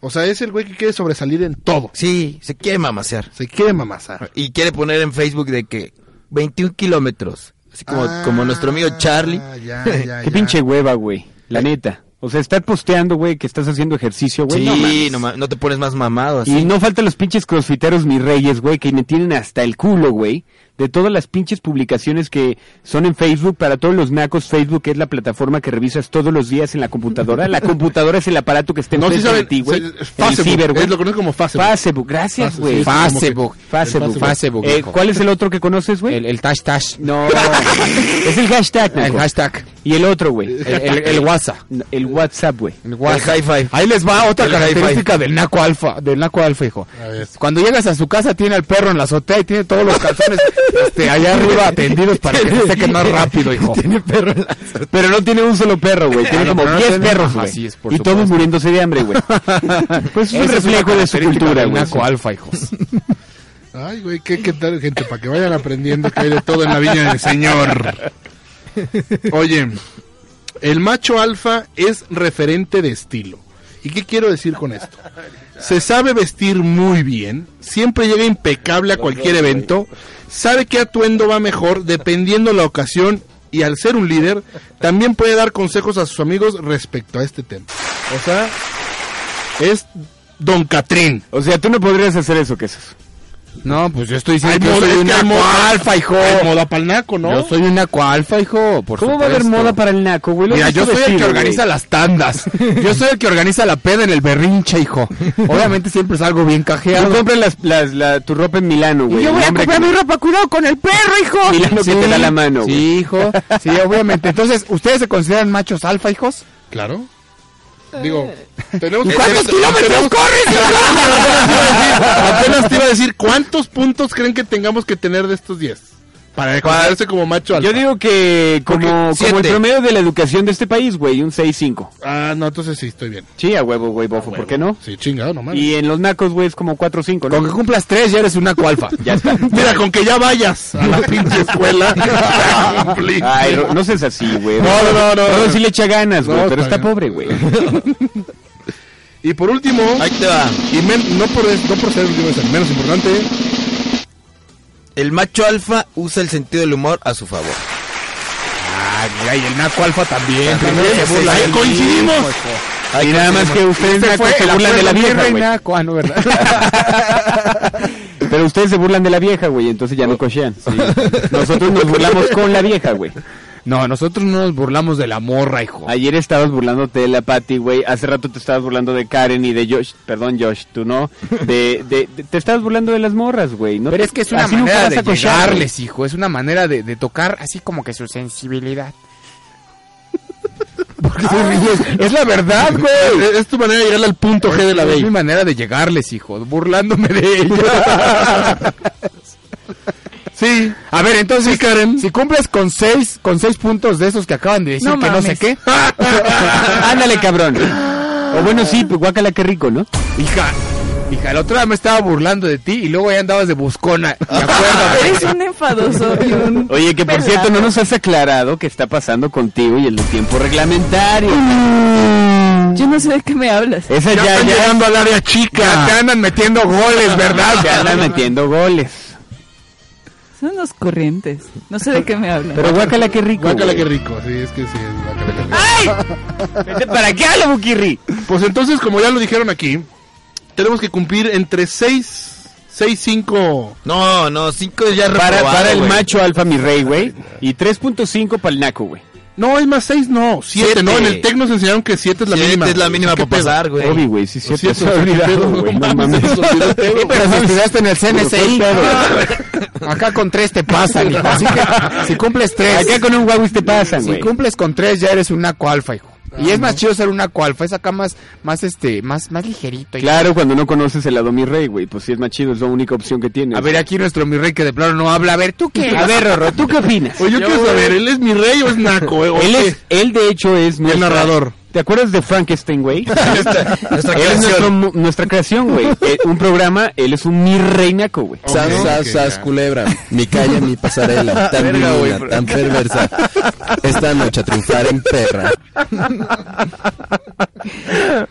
O sea, es el güey que quiere sobresalir en todo.
Sí, se quiere mamasear.
Se quiere mamazar.
Y quiere poner en Facebook de que 21 kilómetros. Así como,
Ah,
como nuestro amigo Charlie.
(laughs) Ah,
(laughs)
ya,
Qué pinche hueva, güey, la neta. O sea, estar posteando, güey, que estás haciendo ejercicio, güey. no mames.
Sí, no, ma- no te pones más mamado así.
Y no faltan los pinches crossfiteros, mis reyes, güey, que me tienen hasta el culo, güey. De todas las pinches publicaciones que son en Facebook, para todos los nacos, Facebook es la plataforma que revisas todos los días en la computadora. La computadora es el aparato que está
No, sí
enfrente de
saben,
ti, güey.
se- es
El
Facebook,
ciber, güey.
es lo que conocen como Facebook.
Facebook, gracias,
Face-
güey.
sí, Facebook.
Facebook.
El
Facebook.
Facebook,
Eh,
hijo.
¿Cuál es el otro que conoces, güey? El,
tash tash.
(laughs)
No. es el hashtag, El
hashtag.
Y el otro, güey.
El- el- el WhatsApp.
No, El WhatsApp, güey.
WhatsApp. Ahí les va otra
El
característica del naco alfa, del naco alfa, hijo. Cuando llegas a su casa tiene al perro en la azotea y tiene todos los calzones este, allá arriba tendidos para que se sequen más rápido, hijo.
Pero no tiene un solo perro,
(laughs)
güey. Tiene
Ah, no,
como
pero no
10
tiene-
perros,
Ajá,
güey.
sí, es por
y todos muriéndose de hambre,
(laughs)
güey. Pues es un
Esa
reflejo
una
de su
característica
cultura,
del
güey.
naco alfa, hijo.
Ay, güey, qué, qué tal, gente, para que vayan aprendiendo que hay de todo en la viña del Señor. Oye, el macho alfa es referente de estilo. ¿Y qué quiero decir con esto? Se sabe vestir muy bien, siempre llega impecable a cualquier evento, sabe qué atuendo va mejor dependiendo la ocasión y al ser un líder, también puede dar consejos a sus amigos respecto a este tema. O sea, es Don Catrín.
O sea, tú no podrías hacer eso, que es
No, pues yo estoy
Hay
diciendo que
moda-
yo
es
soy un
que hay
naco
moda-
alfa, hijo.
hay moda pa'l naco, ¿no?
Yo soy un naco alfa, hijo. Por
¿Cómo va a haber
supuesto.
moda para el naco, güey? Lo
Mira,
ves
yo soy el que
vestido,
organiza
güey.
las tandas. Yo soy el que organiza la peda en el berrinche, hijo. Obviamente siempre salgo bien
Tú
cajeado.
compras las, las, la- tu ropa en Milano, güey.
yo voy
El
a
hombre
comprar
que-
mi ropa, cuidado con el perro, hijo.
Milano que te da la mano,
Sí,
güey.
hijo. Sí, obviamente. Entonces, ¿ustedes se consideran machos alfa, hijos?
Claro. Digo, tenemos
¿Cuántos kilómetros
(laughs)
corres,
Apenas te iba a decir, ¿cuántos puntos creen que tengamos que tener de estos 10? Para considerarse como macho alfa.
Yo digo que como,
Porque
como el
siete.
promedio de la educación de este país, güey, un 6-5.
Ah, no, entonces sí, estoy bien.
Sí, a huevo, güey, bofo, ¿por qué no?
Sí, chingado, nomás.
Y en los nacos, güey, es como 4-5, ¿no?
Con que cumplas tres ya eres un naco alfa.
(laughs) Ya está.
Mira,
(laughs)
con que ya vayas a la pinche escuela.
Ay, Ro- no seas así, güey.
No, no, no, no.
Rodo sí le echa ganas, güey,
No,
pero
está
está pobre, güey.
y por último,
Ahí te va.
y men- no, por, no por ser el último, es el menos importante.
El macho alfa usa el sentido del humor a su favor.
Ah, mira, y el naco alfa también.
También
se
se
burla
ahí
del
coincidimos.
mismo, hijo.
Ay,
Y nada más que ustedes
Este
nacos
fue
se
el
burlan de la
acuerdo
vieja,
virrey
güey.
naco. Ah, no, ¿verdad?
(laughs) Pero ustedes se burlan de la vieja, güey, entonces ya no cochean. Nosotros nos burlamos con la vieja, güey.
No, nosotros no nos burlamos de la morra, hijo.
Ayer estabas burlándote de la Patty, güey. Hace rato te estabas burlando de Karen y de Josh. Perdón, Josh, tú no. De, de- de- te estabas burlando de las morras, güey. No
Pero
te-
es que es una
así nunca
manera
vas
de
a cochear, (laughs)
llegarles, hijo. Es una manera de, de tocar así como que su sensibilidad. Porque se ríes. es la verdad, güey.
Es, es tu manera de llegar al punto G de la
Es
ley.
mi manera de llegarles, hijo. Burlándome de ellos.
Sí,
A ver, entonces,
Karen.
si cumples con seis, con seis puntos de esos que acaban de decir
No
que no sé
mames.
qué.
Ah,
güey. Ándale, cabrón. O bueno, sí, pues guácala, qué rico, ¿no?
Hija, Hija, la otra vez me estaba burlando de ti y luego ya andabas de buscona. ¿Te
(laughs)
acuerdas?
Eres un enfadoso. y un
Oye, que por
pelado.
cierto no nos has aclarado qué está pasando contigo y el tiempo reglamentario.
Yo no sé de qué me hablas.
Esa ya, ya
al área chica. Ya te andan metiendo goles, ¿verdad?
Te andan metiendo goles.
Son unos corrientes. No sé de qué me hablas.
Pero guácala qué rico.
Guácala
güey.
qué rico, sí, es que sí, es guácala qué rico.
Ah. Vete ¿Para qué habla, Bukirri?
Pues entonces, como ya lo dijeron aquí, tenemos que cumplir entre 6, 6, 5.
No, no, 5 ya
Para,
reprobado,
para el
güey.
macho alfa mi rey, güey. Y 3.5 para el naco, güey.
No, es más 6, no, 7,
Siete.
¿no? En el TEC nos enseñaron que 7 es la
Siete
mínima.
es la mínima
¿Qué
para
pedo?
pasar, güey. Obvio, güey, sí,
Pues
siete,
siete, o sea,
se
¿qué
olvidaba,
pedo,
güey, no
mames,
mames.
se olvidó, pedo, güey.
(laughs) Pero si estudiaste en el CNCI. Acá con tres te pasan, hijo. Así que si cumples tres.
Acá con un Huawei te pasan,
Si
güey.
cumples con tres ya eres un naco alfa, hijo. Y es más chido ser un naco alfa, es acá más, más este, más, más ligerito. hijo.
Claro, cuando no conoces el lado mi rey, güey, pues sí es más chido, es la única opción que tiene.
A ver, aquí nuestro mi rey que de plano no habla. A ver, ¿tú qué?
A ver, Rorro, ¿tú qué opinas?
Oye, yo, quiero saber, ¿él es mi rey o es
(laughs)
naco? eh? ¿O
él,
qué?
es, él de hecho es nuestra-
narrador.
¿Te acuerdas de Frankenstein, güey?
nuestra
Él es nuestro mu- nuestra creación, güey. Eh, un programa, él es un mi rey naco, güey.
Sas,
¿Sabes?
sas, sas, culebra. Mi calle, mi
(laughs)
pasarela. Tan
Verga, güey,
divina,
pero-
tan perversa. Esta noche a triunfar en perra.
Pero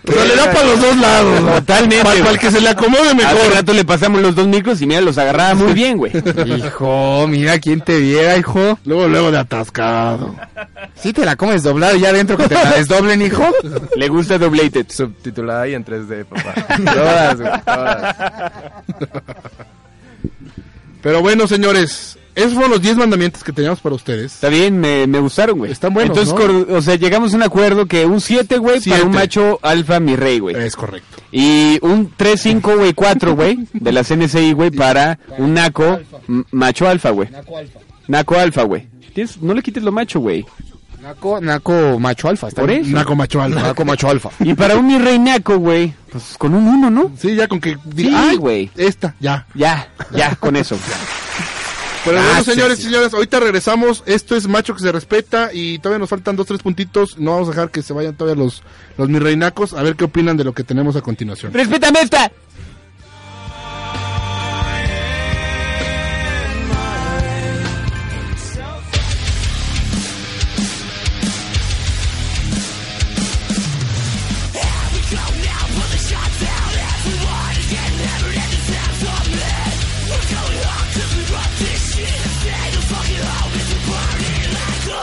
Pues le da para los dos lados. ¿no?
Totalmente.
Para, para
güey.
el que se le acomode
Hace
mejor.
rato le pasamos los dos micros y mira, los agarraba muy
(laughs)
bien, güey.
Hijo, mira quién te viera, hijo.
Luego, luego de atascado.
Si te la comes doblado ya adentro que te la desdoblen, hijo.
Le gusta Doblated.
Subtitulada y en 3D,
(laughs)
papá. Todas, güey, todas.
Pero bueno, señores, esos fueron los 10 mandamientos que teníamos para ustedes.
Está bien, me, me gustaron, güey.
Están buenos,
Entonces,
¿no?
cor- o sea, llegamos a un acuerdo que un 7, güey, para
Siete. Eh.
un macho alfa mi rey, güey.
Es correcto.
Y un 3, 5, güey, 4, güey, de la CNCI, güey, para un naco m- macho alfa, güey. Naco alfa. Naco alfa, güey. Tienes- No le quites lo macho, güey.
Naco, naco macho alfa. está
Por
bien.
eso.
Naco macho alfa.
Naco macho alfa.
Y para un mi rey naco, güey, pues con un 1, ¿no?
Sí, ya con que diga,
Sí,
ay,
güey.
esta, ya.
Ya, ya, con eso.
Pero bueno,
Gracias,
señores,
sí.
señores, ahorita regresamos. Esto es Macho que se respeta y todavía nos faltan dos, tres puntitos. No vamos a dejar que se vayan todavía los, los mirreinacos. A ver qué opinan de lo que tenemos a continuación.
¡Respétame esta!
Thank you.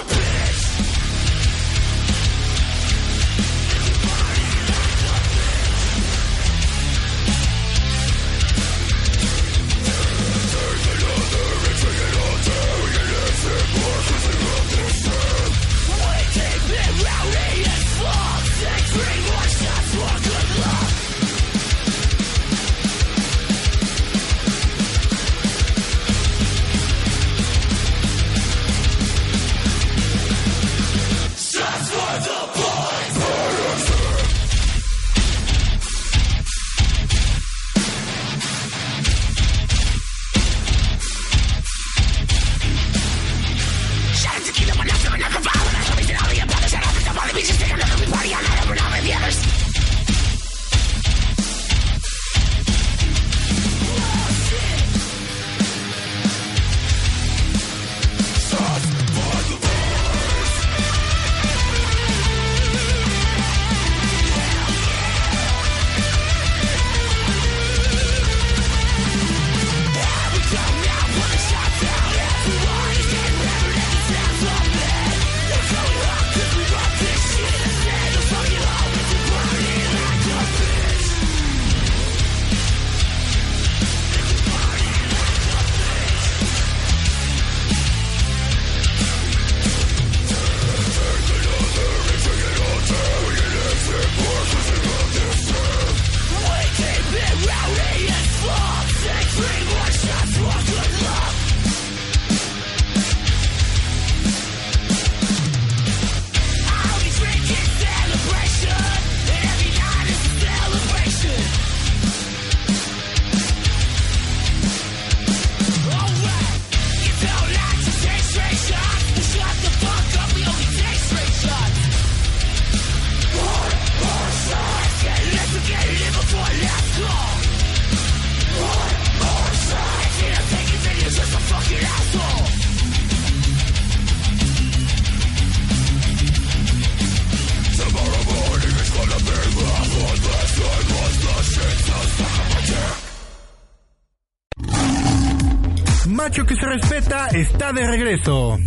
macho que se respeta está de regreso.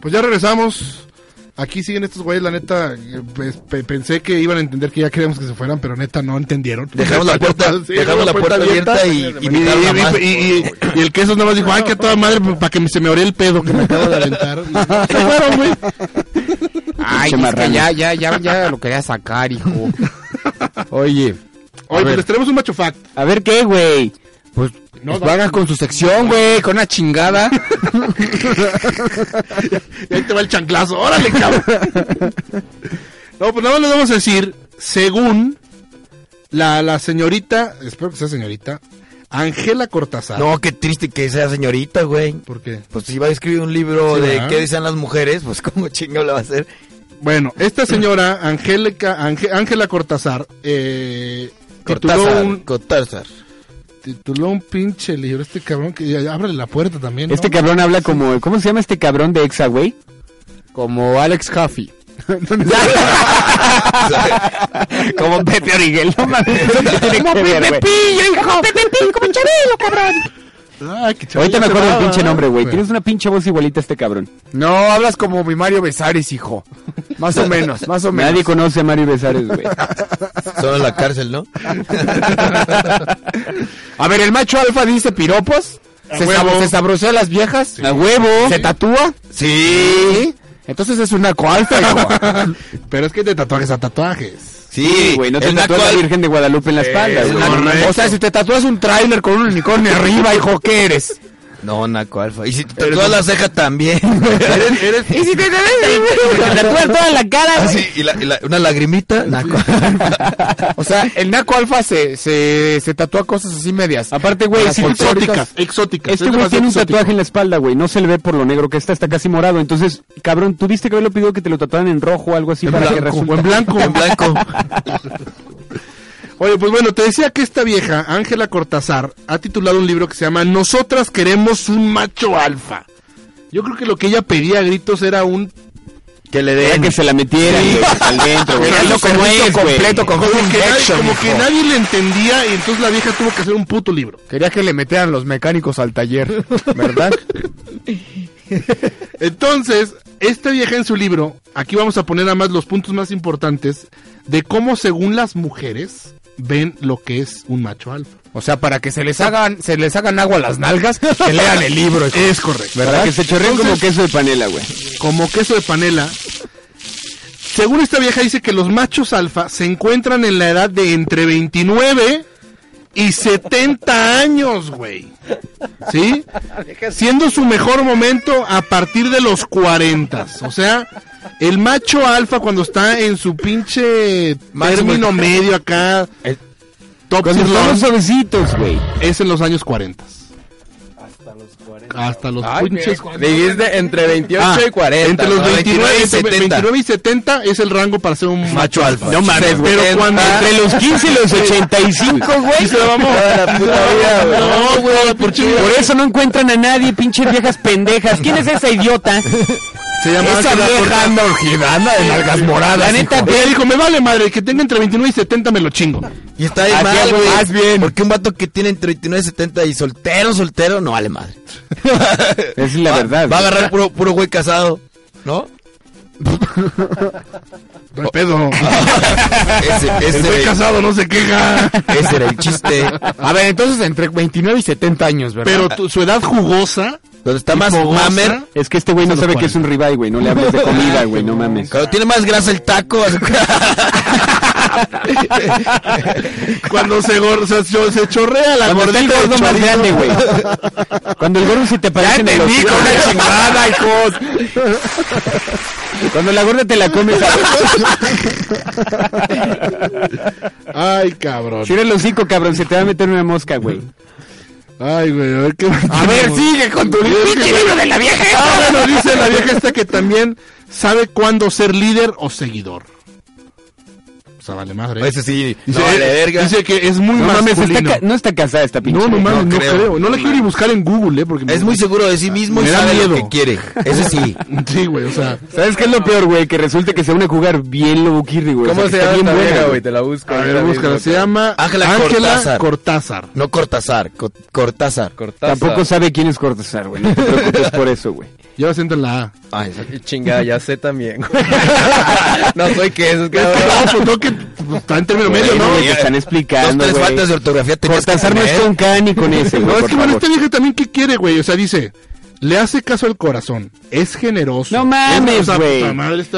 Pues ya regresamos. Aquí siguen estos güeyes, la neta. eh, pues, pe- pensé que iban a entender que ya queríamos que se fueran, pero neta no entendieron.
Dejamos
(laughs)
la puerta-
Sí,
dejamos la puerta abierta y- y invitaron a más.
y- y- y el queso nada más dijo, ay, que a toda madre, pues, para que se me ore el pedo que me acabo de aventar. Y- Se fueron, güey.
Ay,
Pinche
es que
marrano.
ya, ya, ya, ya lo quería sacar, hijo. (laughs) Oye.
Oye, pues
ver.
les tenemos un macho fact.
A ver qué, güey. Pues
No,
pues
no.
lo hagas con su sección, güey, con una chingada.
Y (laughs) ahí te va el chanclazo. ¡Órale, cabrón! No, pues nada más les vamos a decir, según la, la señorita, espero que sea señorita, Ángela Cortázar.
No, qué triste que sea señorita, güey.
¿Por qué?
Pues si va a escribir un libro
Sí,
de
¿verdad?
qué dicen las mujeres, pues (laughs) cómo chingado lo va a hacer.
Bueno, esta señora, Angélica, Ange- Ángela Cortázar, eh, tituló
Cortázar,
un,
Cortázar.
tituló un pinche libro. Este cabrón que ya- ya ábrele la puerta también. ¿no?
Este cabrón habla como. ¿Cómo se llama este cabrón de Exa, güey? Como Alex Huffy. (laughs) como Pepe Origel, no mames. eso qué tiene que ver, güey.
hijo. Pepe Pillo, como Chabelo, cabrón.
Ay, Ah, qué
Ahorita me acuerdo del pinche
¿eh?
nombre, güey.
Bueno.
Tienes una pinche voz igualita a este cabrón.
No, hablas como mi Mario Besares, hijo. Más o menos, más o menos.
Nadie conoce a Mario Besares, güey.
Solo en la cárcel, (laughs) ¿no?
(laughs) A ver, el macho alfa dice piropos.
A
Se,
huevo.
sab- se sabrosea a las viejas.
A huevo.
¿Se tatúa?
Sí.
Entonces es un naco alfa, hijo.
Pero es que de tatuajes a tatuajes.
Sí,
güey, no te
el
tatúas la
naco-
Virgen de Guadalupe en la espalda,
Es
güey.
una- o sea, si te tatúas un tráiler con un unicornio arriba, hijo, ¿qué
(laughs)
eres?
No, Naco Alfa. Y si te tatúas la ceja también. (laughs) eres, eres...
Y si te tatúas toda la cara,
(laughs) Ah, sí, y la- y la- una lagrimita, Naco. (laughs)
O sea, el naco alfa se, se, se tatúa cosas así medias. Aparte,
güey, si- exóticas,
exóticas.
Este güey tiene un tatuaje en la espalda, güey. No se le ve por lo negro que está, está casi morado. Entonces, cabrón, tuviste que haberlo pedido que te lo tatuaran en rojo o algo así para que resulte.
o en blanco.
En
(laughs)
blanco.
Oye, pues bueno, te decía que esta vieja, Ángela Cortázar, ha titulado un libro que se llama Nosotras queremos un macho alfa. Yo creo que lo que ella pedía a gritos era un...
Que le
Era que se la metieran
Sí.
güey, (laughs) al dentro, güey.
Pero
Hazlo
el
como
servicio
es, güey.
completo con
Como
Home
que, nadie,
Injection,
como que
hijo.
nadie le entendía y entonces la vieja tuvo que hacer un puto libro.
Quería que le metieran los mecánicos al taller, ¿verdad?
Entonces, esta vieja en su libro, aquí vamos a poner además los puntos más importantes de cómo según las mujeres ven lo que es un macho alfa.
O sea, para que se les hagan, se les hagan agua a las nalgas, que lean el libro. hijo.
Es correcto.
Para que se chorreen como queso de panela, güey.
como queso de panela. Según esta vieja dice que los machos alfa se encuentran en la edad de entre 29 y 70 años, güey. ¿Sí? Siendo su mejor momento a partir de los 40. O sea, el macho alfa cuando está en su pinche término medio acá, top
Cuando
sirloin,
estamos suavecitos, güey.
es en los años 40. Hasta los
Ay,
pinches
mira, Dijiste entre 28
Ah,
y 40.
Entre los
¿no?
29, y 70. es el rango para ser un macho alfa.
No mames,
Pero
güey.
cuando
Entre los 15 y los 85,
Sí
güey.
se la vamos.
La puta vida, güey.
No, güey, por chido.
Por eso no encuentran a nadie, pinches viejas pendejas. ¿Quién es esa idiota?
Se llama
Esa
Ángela
vieja
Cortázar.
anda orgidana de nalgas moradas.
La neta,
hijo.
Ella dijo, me vale madre, que tenga entre 29 y 70 me lo chingo.
Y está ahí
Así
mal,
algo
güey.
más bien.
Porque un vato que tiene entre 39 y 70 y soltero, soltero, no vale (laughs) madre.
Es la
Va-
verdad.
Va a agarrar puro, puro güey casado, (laughs) ¿no?
No hay pedo.
(laughs) Ese, ese,
Estoy casado, no se queja.
ese era el chiste.
A ver, entonces entre 29 y 70 años, ¿verdad?
Pero tu- su edad jugosa.
Donde está
y
más
fogosa,
mamer.
Es que este güey no
Son los
sabe que es un ribeye, güey. No le hables de comida, güey. No mames.
Cuando tiene más grasa el taco. (laughs)
Cuando se, gor- se, se- se chorrea la
Cuando está el
gordita de
gordo más
chorizo.
grande, güey. Cuando el gordo se te parece en el hocico, güey.
chingada, hijos.
Cuando la gorda te la comes,
Ay, cabrón.
cierra el hocico, cabrón. Se te va a meter una mosca, güey.
Ay, güey, a ver qué
A ver, sigue con tu libro de la vieja.
Ah, bueno, dice la vieja esta que también sabe cuándo ser líder o seguidor. O sea, vale madre.
Ese sí,
Dice,
no vale
eh,
verga.
dice que es muy
No mames,
masculino.
está ca- no está casada esta pinche
No, no
vieja.
mames, no,
No
creo.
creo.
No la quiero ni buscar en Google, eh, porque
Es muy seguro de sí mismo y
Me da
sabe lo
miedo.
que quiere. Eso sí.
Sí, güey, o sea,
¿Sabes qué es lo peor, güey? Que resulte que se van a jugar bien lo buquirri, güey.
¿Cómo
O
se
sea, que
llama
está bien
esta
buena,
vieja,
güey?
güey? Te la busco, A ver, mira, búscala, se llama
Ángela
Ángela
Cortázar.
Cortázar.
No Cortázar, Co- Cortázar. Cortázar.
Tampoco sabe quién es Cortázar, güey. No te preocupes por
(laughs)
eso, güey.
Yo siento en la A.
Ay,
Y chingada, ya sé también,
(laughs)
güey. No soy que eso, cabrón.
No, pues no, que pues, está en término medio,
Bueno,
¿no?
güey, te están explicando, güey. Cortázar no es con K ni con S, güey.
No, es
por
que bueno,
favor.
esta vieja también, ¿qué quiere, güey? O sea, dice... Le hace caso al corazón, es generoso. No
mames, güey. No mames.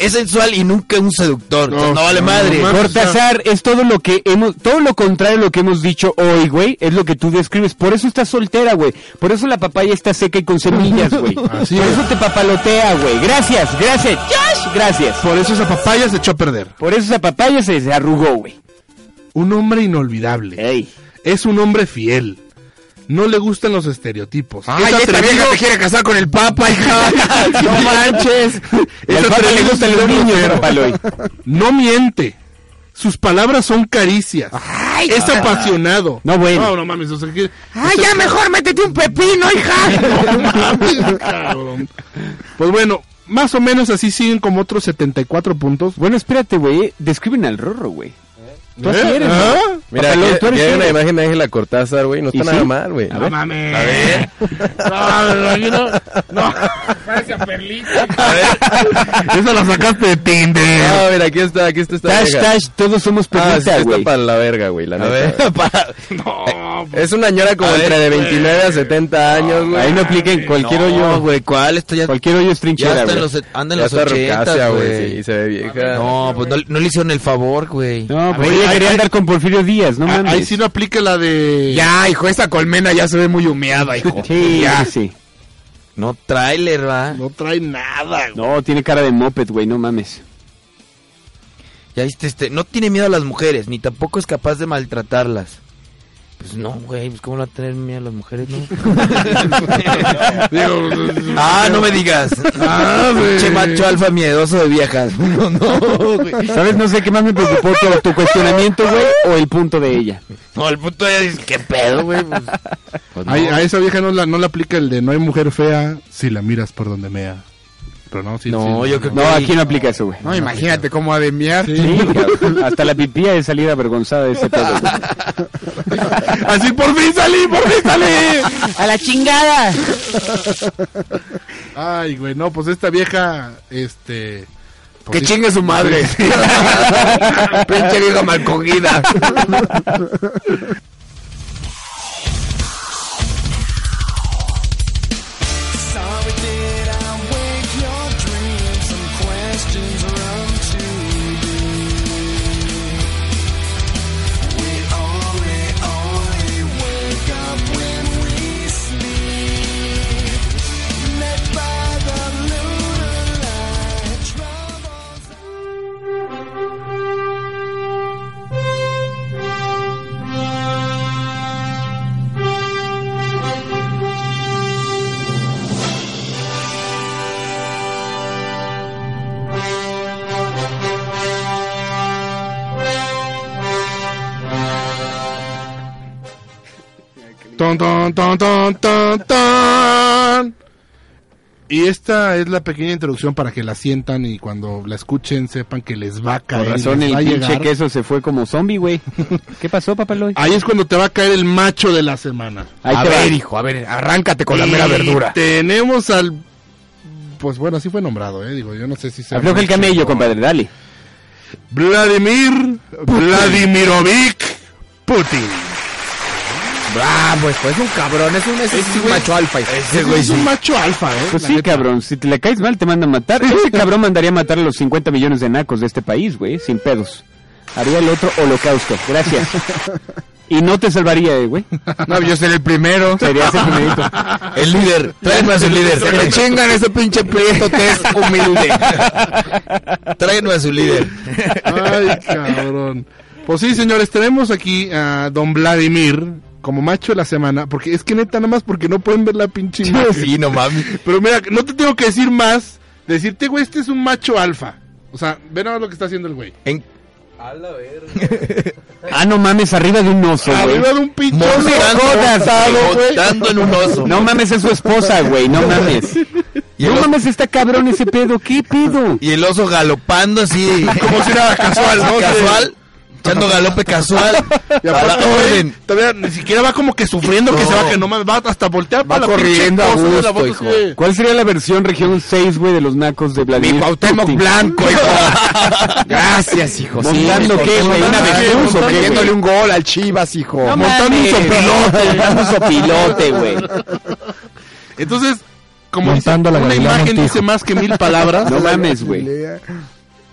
Es sensual y nunca un seductor. entonces No, vale madre.
Cortázar es todo lo que hemos, todo lo contrario a lo que hemos dicho hoy, güey, es lo que tú describes. Por eso estás soltera, güey. Por eso la papaya está seca y con semillas, güey. Por
(laughs) Así
eso te papalotea, güey. Gracias, gracias, Josh, gracias.
Por eso esa papaya se echó a perder.
Por eso esa papaya se, se arrugó, güey.
Un hombre inolvidable.
Eh.
Es un hombre fiel. No le gustan los estereotipos.
Ah,
Ay,
Es
esta
atrevido-
vieja se quiere casar con el
(laughs)
Papa, hija.
no manches.
Y al
Esa
Papa le
tremenda
gustan los
mujer.
niños, papá Eloy.
No miente. Sus palabras son caricias. es
ah.
apasionado.
No, bueno.
No, no mames. O sea, que-
¡Ay, ya mejor métete un pepino,
(laughs)
hija!
Pues bueno, más o menos así siguen como otros 74 puntos.
Bueno, espérate, güey. Describen al Rorro, güey. Tú así
¿Eh?
eres,
¿Ah?
güey.
Mira,
Papalón,
aquí-
tú eres
aquí hay una
fiel.
imagen de Ángela Cortázar, güey. No
¿Y
está nada
sí?
mal, güey.
No
mames.
A ver. (laughs)
Esa la sacaste de Tinder.
A ver, aquí está, aquí está esta
Tash,
vieja.
tash, todos somos
Ah, sí,
perritas,
está
güey.
para la verga, güey, la neta.
ver,
(laughs)
güey. (laughs) Eh, Es una ñora como
pues. A ver,
entre de
güey.
29 a 70 años, güey.
Ahí no apliquen cualquier hoyo,
güey. ¿Cuál? Esto ya...
Cualquier hoyo es
Ya
trinchera,
está en
güey.
los, anda en
Ya
los
está rucacia,
80,
güey,
güey.
sí, se ve vieja.
No, pues no, no le hicieron el favor, güey.
No, pues ella quería andar con Porfirio Díaz, no mames.
Ah, Ahí sí no aplica la de.
Ya, hijo, esta colmena ya se ve muy humeada, hijo.
Sí,
Ya.
sí, sí.
No trailer, va.
No trae nada, güey.
No, tiene cara de moped, güey, no mames.
Ya viste, este, no tiene miedo a las mujeres, ni tampoco es capaz de maltratarlas. Pues no, güey, pues cómo no va a tener miedo a las
(laughs)
mujeres, no. (laughs)
Digo,
ah, no me digas.
Ah, güey.
Che macho alfa miedoso de viejas. (laughs) No, no, güey.
¿Sabes? No sé qué más me preocupó, tu, tu cuestionamiento, güey, o el punto de ella.
No, el punto de dice, ¿qué pedo, güey? Pues, pues no.
Ay, a esa vieja no la, no la aplica el de no hay mujer fea si la miras por donde mea. Pero no, sí, sí,
No, yo creo
No,
que
aquí no aplica eso, güey.
No, imagínate cómo ha de miar.
Sí, cabrón. hasta la pipí ha de salir avergonzada de ese pedo. güey.
Así por fin salí, por (laughs) fin salí.
¡A la chingada!
Ay, güey, no, pues esta vieja, este. pues
Que
sí.
chingue su madre. Pinche vieja malcogida.
Sorry, did I wake your dream? Some questions run to be. We only, only wake up when we sleep. Met by the lunar light, troubles.
(laughs) Ton, ton, ton, ton, ton, ton. Y esta es la pequeña introducción para que la sientan y cuando la escuchen sepan que les va a
Con
caer.
razón,
les
el
va a
pinche
llegar.
queso se fue como zombie, güey. ¿Qué pasó, papaloy?
Ahí es cuando te va a caer el macho de la semana.
Ahí
a
te va.
ver, hijo, a ver, arráncate con la
Y
mera verdura.
Tenemos al. Pues bueno, así fue nombrado, ¿eh? Digo, yo no sé si se.
Afloja el camello, compadre, dale.
Vladimir Vladimirovic Putin.
Ah, pues, pues es un cabrón, es un, es un macho alfa. hijo.
Ese güey es un macho alfa, ¿eh?
Pues
La
sí,
neta.
cabrón, si te le caes mal te manda a matar. Ese cabrón mandaría a matar a los 50 millones de nacos de este país, güey, sin pedos. Haría el otro holocausto, gracias. Y no te salvaría, eh, güey.
No, yo seré el primero.
Sería ese primerito.
El líder, tráeme a su
Se me
líder.
chingan ese pinche prieto que es
(laughs)
humilde.
Tráenme a su líder.
(laughs) Ay, cabrón. Pues sí, señores, tenemos aquí a don Vladimir como macho de la semana, porque es que neta nada más porque no pueden ver la pinche imagen.
(laughs) Sí, no mames.
Pero mira, no te tengo que decir más, decirte, güey, este es un macho alfa. O sea, ve nada más lo que está haciendo el güey.
¿En
A la verga.
Ah, no mames, arriba de un oso, Pues, güey.
Arriba de un pinche
No
oso.
me jodas, güey.
Montando en un oso.
No mames, es su esposa, güey, no mames. No mames, está cabrón ese pedo, ¿qué pedo?
Y el oso galopando así. Como si nada
casual, ¿no?
Casual. Echando galope (laughs) casual.
Y
a la
aparte,
orden.
Todavía ni siquiera va como que sufriendo que se va, que no mames, va hasta voltear para
Va
la pinche
corriendo a
cosa de la
gusto,
moto,
hijo.
así de-
¿Cuál sería la versión región 6, güey, de los nacos de Vladimir? Mi Cuauhtémoc Blanco, (laughs) hijo. Gracias, hijo. ¿Montando
Sí,
qué, güey? ¿Una
montando qué,
avestruz o qué,
metiéndole
güey?
un gol al Chivas, hijo.
No
montando un
mames.
(laughs)
sopilote.
Montando un sopilote, güey.
Entonces, como dice,
Montando la
una
Galilea
imagen
Montijo.
dice más que
(laughs)
mil palabras.
No mames, güey.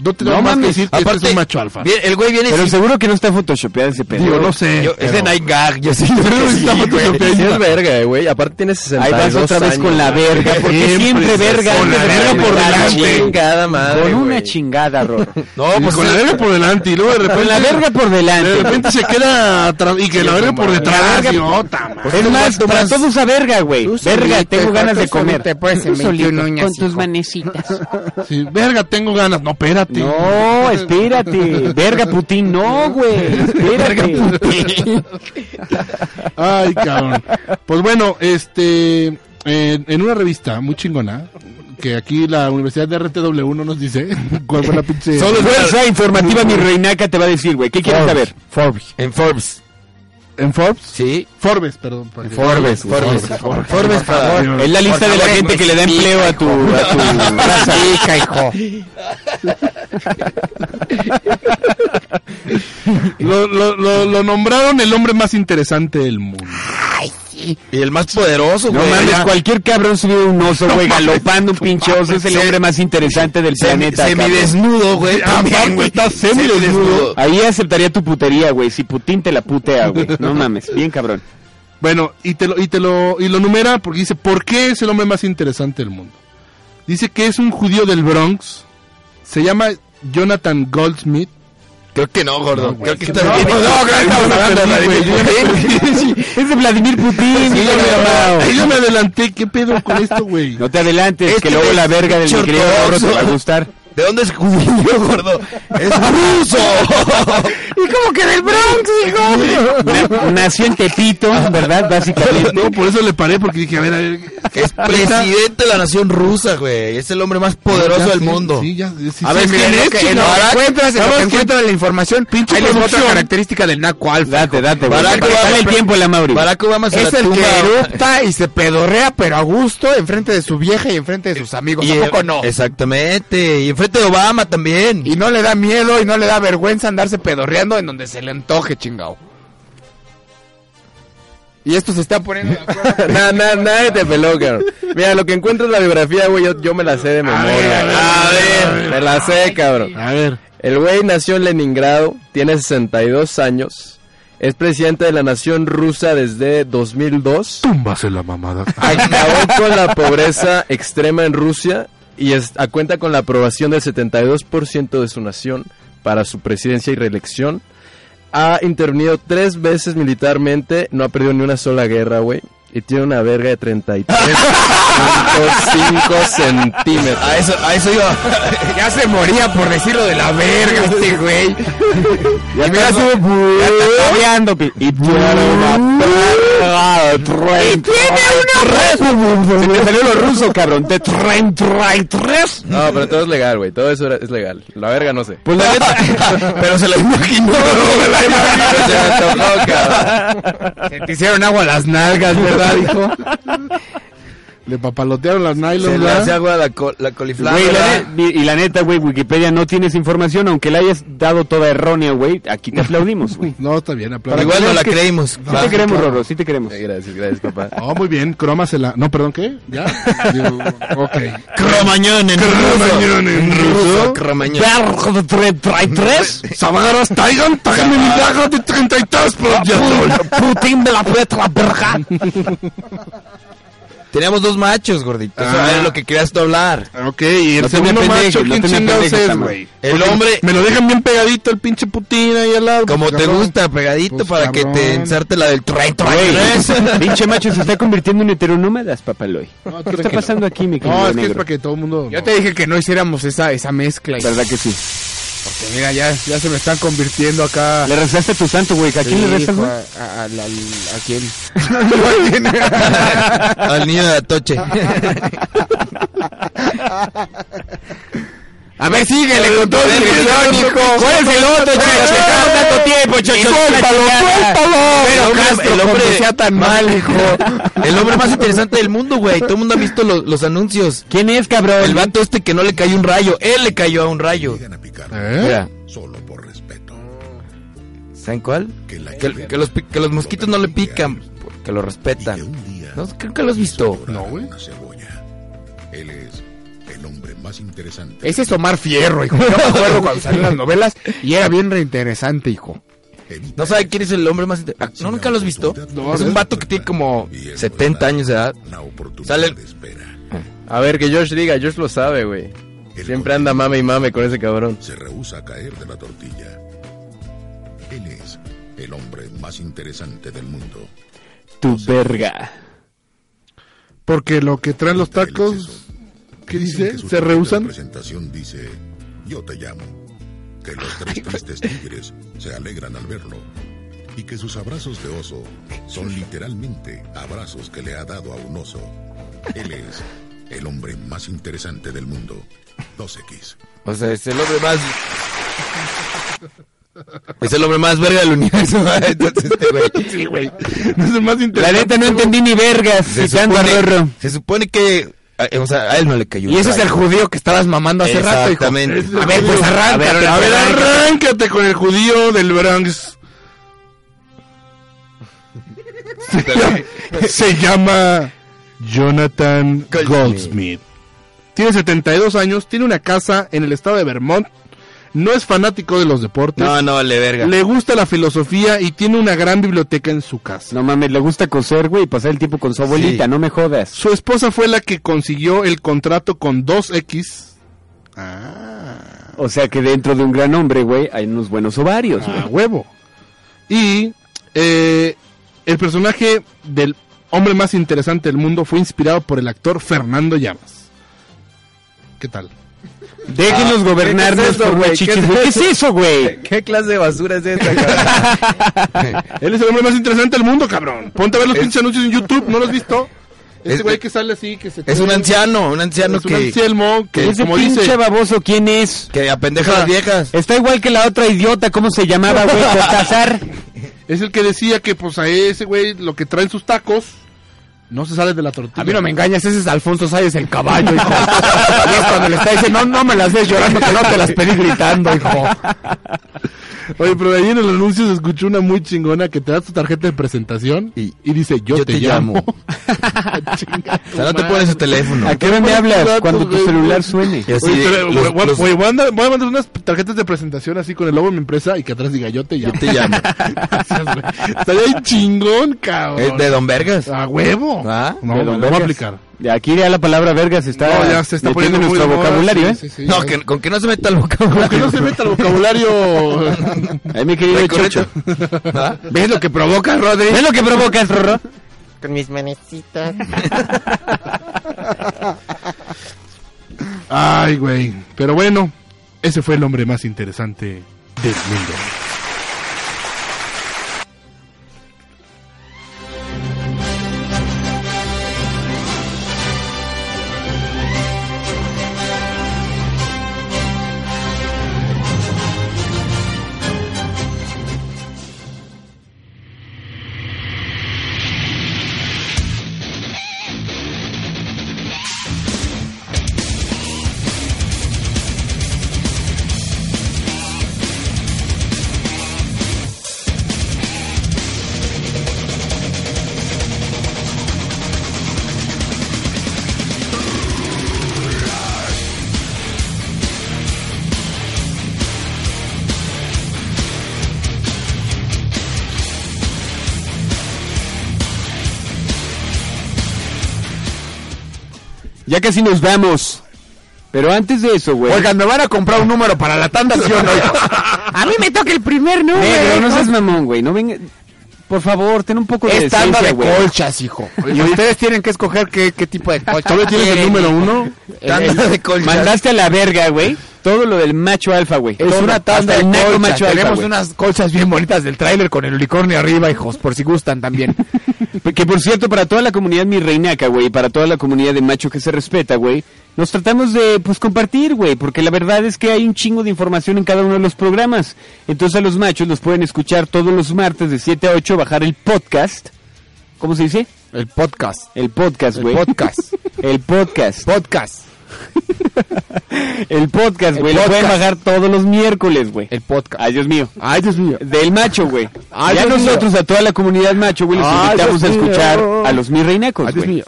No te no mames. decir que este es un macho alfa.
Pero seguro que no está photoshopeado ese pedo.
Digo,
güey.
no sé. Yo-
es de
Pero-
Night Gag, yo sí.
Yo creo que
Sí,
está
güey.
photoshopeado.
Sí es verga, güey. Aparte tiene 62
Ahí vas otra vez
años.
con la verga, porque siempre, verga.
Con la
antes de
verga
terminar
por
la
delante.
chingada madre. Con una
güey.
chingada, Ror.
No, pues con la verga por delante y luego de repente.
Con la verga por delante.
De repente se queda atrás y que la verga por detrás.
verga-
idiota, man.
es más, para todos a verga, güey. Verga,
solito,
tengo
hijo,
ganas
tú
de comer.
solito, pues, en
Tú
21
solito,
uñas,
Con tus manecitas.
Sí, verga, tengo ganas. No, espérate. (laughs)
No, espérate. Verga, Putin, no, güey. Espérate.
Ay, cabrón. Pues bueno, este. En, en una revista muy chingona, que aquí la Universidad de RTW no nos dice (laughs) cuál fue la pinche.
Solo esa Pues informativa mi reinaca te va a decir, güey. ¿Qué quieres
Forbes,
saber? Forbes.
En Forbes.
¿En Forbes?
Sí.
Forbes, perdón. Ah, porque-
Forbes, Forbes,
Forbes,
Forbes,
por favor.
Es la lista de la gente que le da empleo a tu, a tu raza.
Lo, lo, lo, lo nombraron el hombre más interesante del mundo. Ay, sí.
Y el más poderoso,
No
güey.
mames,
Ya.
cualquier cabrón subido un oso,
No
güey,
mames,
galopando un pinche oso, es el
Se-
hombre más interesante del planeta. cabrón.
Semidesnudo, güey. También, Ah, güey. Semidesnudo. Ah,
Ahí aceptaría tu putería, güey, si Putin te la putea, güey. No mames, bien cabrón.
Bueno, y te lo, y te lo, y lo numera porque dice, ¿por qué es el hombre más interesante del mundo? Dice que es un judío del Bronx. Se llama Jonathan Goldsmith.
Creo que no, gordo. Creo que está
No,
bien.
no, no, creo que estamos hablando de Vladimir
(laughs) Es de Vladimir Putin.
Sí, yo me-
mamao.
ahí yo me adelanté. ¿Qué pedo con esto, güey?
No te adelantes,
Este
que luego la verga del
pinche
mi querido gordo
ortodoxo.
te va a gustar.
¿De dónde es judío, gordo? (laughs) Es ruso.
Y como que del Bronx, hijo. Nació en Tepito, ¿verdad? Básicamente.
No, por eso le paré, porque dije, a ver, a ver.
(laughs) Es presidente de la nación rusa, güey. Es el hombre más poderoso
Ya,
del
sí,
mundo.
sí, ya, sí,
A ver,
sí,
mira,
¿quién
lo
es,
que-
chingado?
lo Barack-
Encuentras, en lo
Nada
que
más que-
encuentras la información,
(laughs) pinche
ahí les otra
producción.
característica del naco alfa.
Date, date, güey.
Barack
Dale
Obama-
el tiempo, la Mauri.
Barack Obama se
Es
la
el que
tumba.
erupta y se pedorrea, pero a gusto, enfrente de su vieja y enfrente de sus amigos.
Y,
¿A poco
eh,
no?
Exactamente. Y enfrente de Obama también.
Y no le da miedo y no le da vergüenza andarse pedorreando en donde se le antoje, chingao. Y esto se está poniendo... de
(laughs)
acuerdo.
Nada, nada, nadie te peló, cabrón. Mira, lo que encuentro es la biografía, güey. Yo, yo me la sé de memoria. A ver, Me la sé, cabrón.
A ver.
El güey nació en Leningrado, tiene 62 años. Es presidente de la nación rusa desde 2002.
Túmbase la mamada.
(laughs)
Acabó con la pobreza extrema en Rusia y es- a cuenta con la aprobación del 72% de su nación para su presidencia y reelección. Ha intervenido tres veces militarmente, no ha perdido ni una sola guerra, güey. Y tiene una verga de
(laughs)
33.5 centímetros.
A eso, a eso iba.
ya se moría por decirlo de la verga este güey.
Ya
Y mira, sube-
Tabeando, pi- Y tiene una perra de tren, tren. Se te salió lo
(laughs)
ruso, cabrón. De tren, tren, tres.
No, pero todo es legal, güey. Todo eso era- es legal. La verga no sé.
Pues
(laughs)
la neta.
Pero se la imaginó.
Se me antojó, cabrón.
Se te hicieron agua las nalgas, ¿verdad, hijo?
Le papalotearon las
Se
nylon,
le hace
¿verdad?
agua la, co- la coliflor.
Güey, la
¿verdad?
ne- y la neta, güey, Wikipedia no tienes información, aunque la hayas dado toda errónea, güey. Aquí te aplaudimos, güey.
No, está bien, aplausos.
Igual no
Es
la
que-
creímos.
Sí te queremos, Rorro, sí te queremos.
Eh, Gracias, gracias, papá.
Oh, muy bien, crómasela. No, perdón, ¿qué? Ya. Digo, ok.
Cromañón en
Cromañón en ruso.
Cromañón.
Perro de tren, tren, tres.
Savaras Taigan, trágame mi daga de 33
Ah,
por
Putin de la Petra, verga.
Teníamos dos machos, gordito. Eso
Ah.
era lo que querías tú hablar.
Ok, y el
No te
segundo
me apendejes,
macho,
no
¿quién
te me
chingados
apendejes,
es,
Tama.
güey?
El hombre,
Me lo dejan bien pegadito el pinche Putin ahí al lado.
como
pues,
te
cabrón.
gusta, pegadito
Pues,
para que te
cabrón.
ensarte la del tren,
Güey,
tren, tres.
(laughs)
pinche macho se está convirtiendo en heteronómadas, papaloy.
No,
¿Qué está pasando aquí, mi querido
No, es que es
negro?
para que todo el mundo...
Yo te dije que no hiciéramos esa, esa mezcla. hijo.
¿Verdad que sí?
Porque mira, ya, ya se me están convirtiendo acá.
Le rezaste a tu santo, güey. ¿A quién
Sí,
le rezas,
fue
güey?
a- a- al- al- ¿A quién?
Al niño de Atoche.
A ver, síguele con todo el
Perdón,
hijo.
¿Cuál es el otro, chico? Te dejamos tanto tiempo, chocho.
Suéltalo, suéltalo.
El hombre-
Castro,
el hombre
como sea tan mal,
hijo. El hombre más interesante del mundo, güey. Todo el mundo ha visto los, los anuncios.
¿Quién es, cabrón?
El vato este que no le cayó un rayo. Él le cayó a un rayo.
¿Eh?
¿Eh?
Mira.
Solo por respeto.
¿Saben cuál? Que, que los, pi- que los mosquitos no le pican, que lo respetan. No, creo que lo has
(laughs)
visto.
No, güey. cebolla. Él es el hombre más interesante.
Ese es Omar Fierro, hijo. Yo me acuerdo cuando salían las novelas y era bien reinteresante, hijo.
¿No sabe quién es el hombre más inter- ah, ¿No nunca lo has visto?
No,
es
a ver.
un vato que tiene como 70 años de edad. Sale...
A ver, que George diga, George lo sabe, güey. Siempre anda mame y mame con ese cabrón.
Se rehúsa a caer de la tortilla. Él es el hombre más interesante del mundo.
Tu verga.
Porque lo que traen los tacos, ¿qué dice?
Su tarjeta
¿Se
de
rehusan? (laughs)
presentación dice, yo te llamo. Que los tres tristes tigres se alegran al verlo. Y que sus abrazos de oso son literalmente abrazos que le ha dado a un oso. Él es el hombre más interesante del mundo. 2X.
O sea, es el hombre más... (laughs) Es el hombre más verga del universo. (laughs) Entonces, este (laughs) güey.
Sí, güey. No es el más
La neta no entendí ni vergas. Se
citando
supone,
a Rorro.
se supone que... eh, O sea, a él no le cayó.
Y ese es el judío que estabas mamando hace rato, hijo.
Exactamente.
A ver, pues
A
arranca.
ver, a ver, arráncate con el judío del Bronx. Se llama Jonathan Goldsmith. Tiene 72 años, tiene una casa en el estado de Vermont. No es fanático de los deportes.
No, no, le verga.
Le gusta la filosofía y tiene una gran biblioteca en su casa.
No mames, le gusta coser, güey, y pasar el tiempo con su abuelita, no me jodas.
Su esposa fue la que consiguió el contrato con 2X.
O sea que dentro de un gran hombre, güey, hay unos buenos ovarios,
A huevo. Y eh, el personaje del hombre más interesante del mundo fue inspirado por el actor Fernando Llamas. ¿Qué tal?
Déjenos
gobernarnos por huachichis, güey. ¿Qué es Eh,
eso, güey?
¿Qué clase de basura es (laughs) esta, cabrón?
Él es el hombre más interesante del mundo, cabrón. Ponte a ver los pinches anuncios en YouTube, ¿no los has visto?
(laughs) Es-
Este güey que sale así, que se...
Es un anciano, un anciano
Es un
que...
anciano que,
Ese
como
pinche
dice...
baboso, ¿quién es?
Que apendeja a las viejas.
Está igual que la otra idiota, ¿cómo se
(laughs)
llamaba, güey? Cortázar.
Es el que decía que, pues, a ese güey lo que traen sus tacos no se sale de la tortilla.
A mí no me engañas, ese es Alfonso Salles el caballo, hijo. Y es cuando le está diciendo, no, no me las des llorando, que no te las pedí gritando, hijo.
Oye, pero ahí en el anuncio se escuchó una muy chingona que te da tu tarjeta de presentación y, dice, yo, te,
te
llamo. Ah,
llamo".
(laughs)
O sea, no te pones su teléfono.
¿A qué hora me hablas? Cuando tu celular suene.
Y así,
Oye, pero,
los-
güey,
los-
güey, voy, a mandar, voy a mandar unas tarjetas de presentación así con el logo de mi empresa y que atrás diga, yo te llamo.
te llamo.
(laughs) Gracias, güey. Estaría ahí chingón, cabrón.
¿Es Eh, de Don Vergas?
A huevo.
¿Ah?
No,
De
lo
don
voy a
Vergas.
aplicar.
De Aquí ya la palabra verga se está,
No, ya se está
metiendo en
poniendo muy
nuestro
de moda,
vocabulario,
sí,
¿eh?
sí, sí.
No, que, con que no se meta el vocabulario.
(laughs) Aunque no se meta el vocabulario.
Ahí mi querido
Recorrecto.
Chocho. (laughs)
¿Ah?
¿Ves lo que provocas, Rodri?
¿Ves lo que provocas, Rorro?
Con mis manecitas.
Ay, güey. Pero bueno, ese fue el hombre más interesante del mundo.
Ya casi nos vamos. Pero antes de eso, güey.
Oigan, ¿me van a comprar un número para la tanda, sí o no?
A mí me toca el primer número.
Negro, no seas mamón, güey. No venga. Por favor, ten un poco de
Es tanda
decencia,
de
güey.
colchas, hijo. Y ustedes tienen que escoger qué, qué tipo de colchas.
¿Todavía tienes el
quieren,
número
hijo.
uno?
Tanda de colchas.
Mandaste a Eh, la verga, güey. Todo lo del macho alfa, güey.
Es
Todo,
una
hasta
tanda de
el naco
colchas.
macho alfa,
Tenemos
güey.
unas colchas bien bonitas del tráiler con el unicornio arriba, hijos, por si gustan también.
Que por cierto, para toda la comunidad mi reinaca, güey, para toda la comunidad de macho que se respeta, güey, nos tratamos de, pues, compartir, güey, porque la verdad es que hay un chingo de información en cada uno de los programas. Entonces a los machos los pueden escuchar todos los martes de 7 a 8, bajar el podcast. ¿Cómo se dice?
El podcast.
El podcast,
El
güey.
podcast.
El podcast.
Podcast.
(laughs) El podcast, güey.
El
Lo pueden
podcast.
bajar todos los miércoles, güey. El
podcast.
Ay, Dios mío.
Ay, Dios mío.
Del macho, güey.
Ay,
ya
Dios mío.
nosotros, a toda la comunidad macho, güey, los
Ay,
invitamos a
Dios mío.
escuchar a los mi reinacos,
Ay,
(laughs)
Dios
güey.
mío.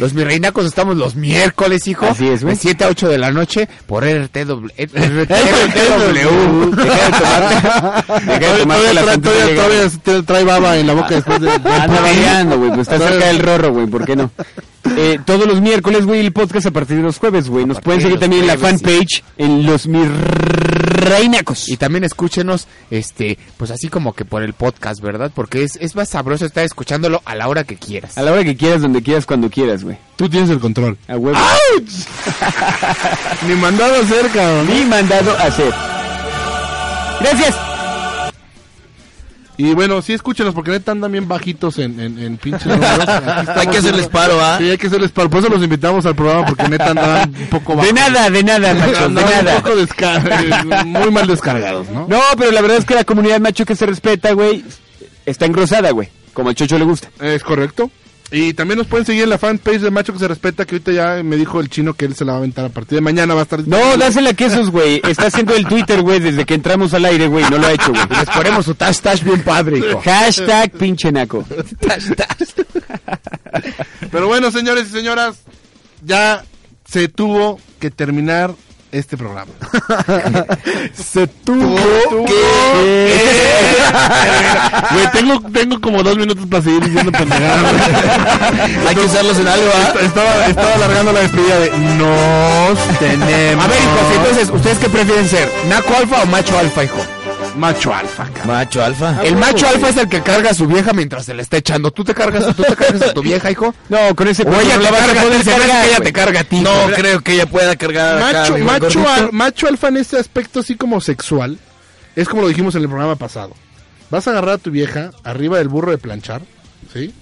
Los mirreinacos estamos los miércoles, hijo. Así es, De 7 a 8 de la noche por RTW.
(laughs)
(laughs)
Deja de tomarte la
Todavía,
santa
todavía,
llega.
todavía se te trae baba en la boca después de...
Ah, Anda variando, güey, pues está cerca del rorro, güey, ¿por qué no? Eh, todos los miércoles, güey, el podcast a partir de los jueves, güey. Nos pueden
de
seguir
los
también en la
jueves,
fanpage en los mi reinacos.
Y también escúchenos, este, pues así como que por el podcast, ¿verdad? Porque es, es más sabroso estar escuchándolo a la hora que quieras.
A la hora que quieras, donde quieras, cuando quieras, güey.
Tú tienes el control.
A huevo.
Ni mandado a hacer, cabrón.
Ni mandado a hacer. Gracias.
Y bueno, sí escúchenos porque neta andan bien bajitos en, en, en pinches números.
(laughs)
Aquí estamos
Hay que hacerles
viendo-
paro, ¿ah?
Sí, hay que hacerles paro. Por eso los invitamos al programa porque neta andan un poco bajos.
De nada, de
(laughs)
nada, machos, de
Andaban
nada.
Un poco descar- muy mal descargados, ¿no?
No, pero la verdad es que la comunidad macho que se respeta, güey, está engrosada, güey. Como al chocho le gusta.
Es correcto. Y también nos pueden seguir en la fanpage de Macho que se respeta, que ahorita ya me dijo el chino que él se la va a aventar a partir de mañana, va a estar...
No, dásela a quesos, güey. Está haciendo el Twitter, güey, desde que entramos al aire, güey. No lo ha hecho, güey.
Les ponemos su tash tash bien padre, hijo.
Hashtag pinche naco.
Pero bueno, señores y señoras, ya se tuvo que terminar este programa.
(laughs) se
tuvo
Eh,
que... Güey, tengo, tengo como dos minutos para seguir diciendo pendejadas.
(laughs) Hay que usarlos en algo, ¿ah?
Estaba, estaba alargando la despedida de... Nos tenemos...
A ver, hijos, entonces, ¿ustedes qué prefieren ser? ¿Naco alfa o macho alfa, hijo?
Macho alfa, cabrón.
Macho
Ah,
alfa.
El macho alfa es el que carga a su vieja mientras se la está echando. ¿Tú te cargas, tú te cargas a tu vieja, hijo?
No, con ese
O ella te carga, tú te cargas, ella te carga a ti.
No creo que ella pueda cargar acá,
macho,
mi buen
macho,
gordito.
al- macho alfa en este aspecto así como sexual, es como lo dijimos en el programa pasado. Vas a agarrar a tu vieja arriba del burro de planchar, ¿sí?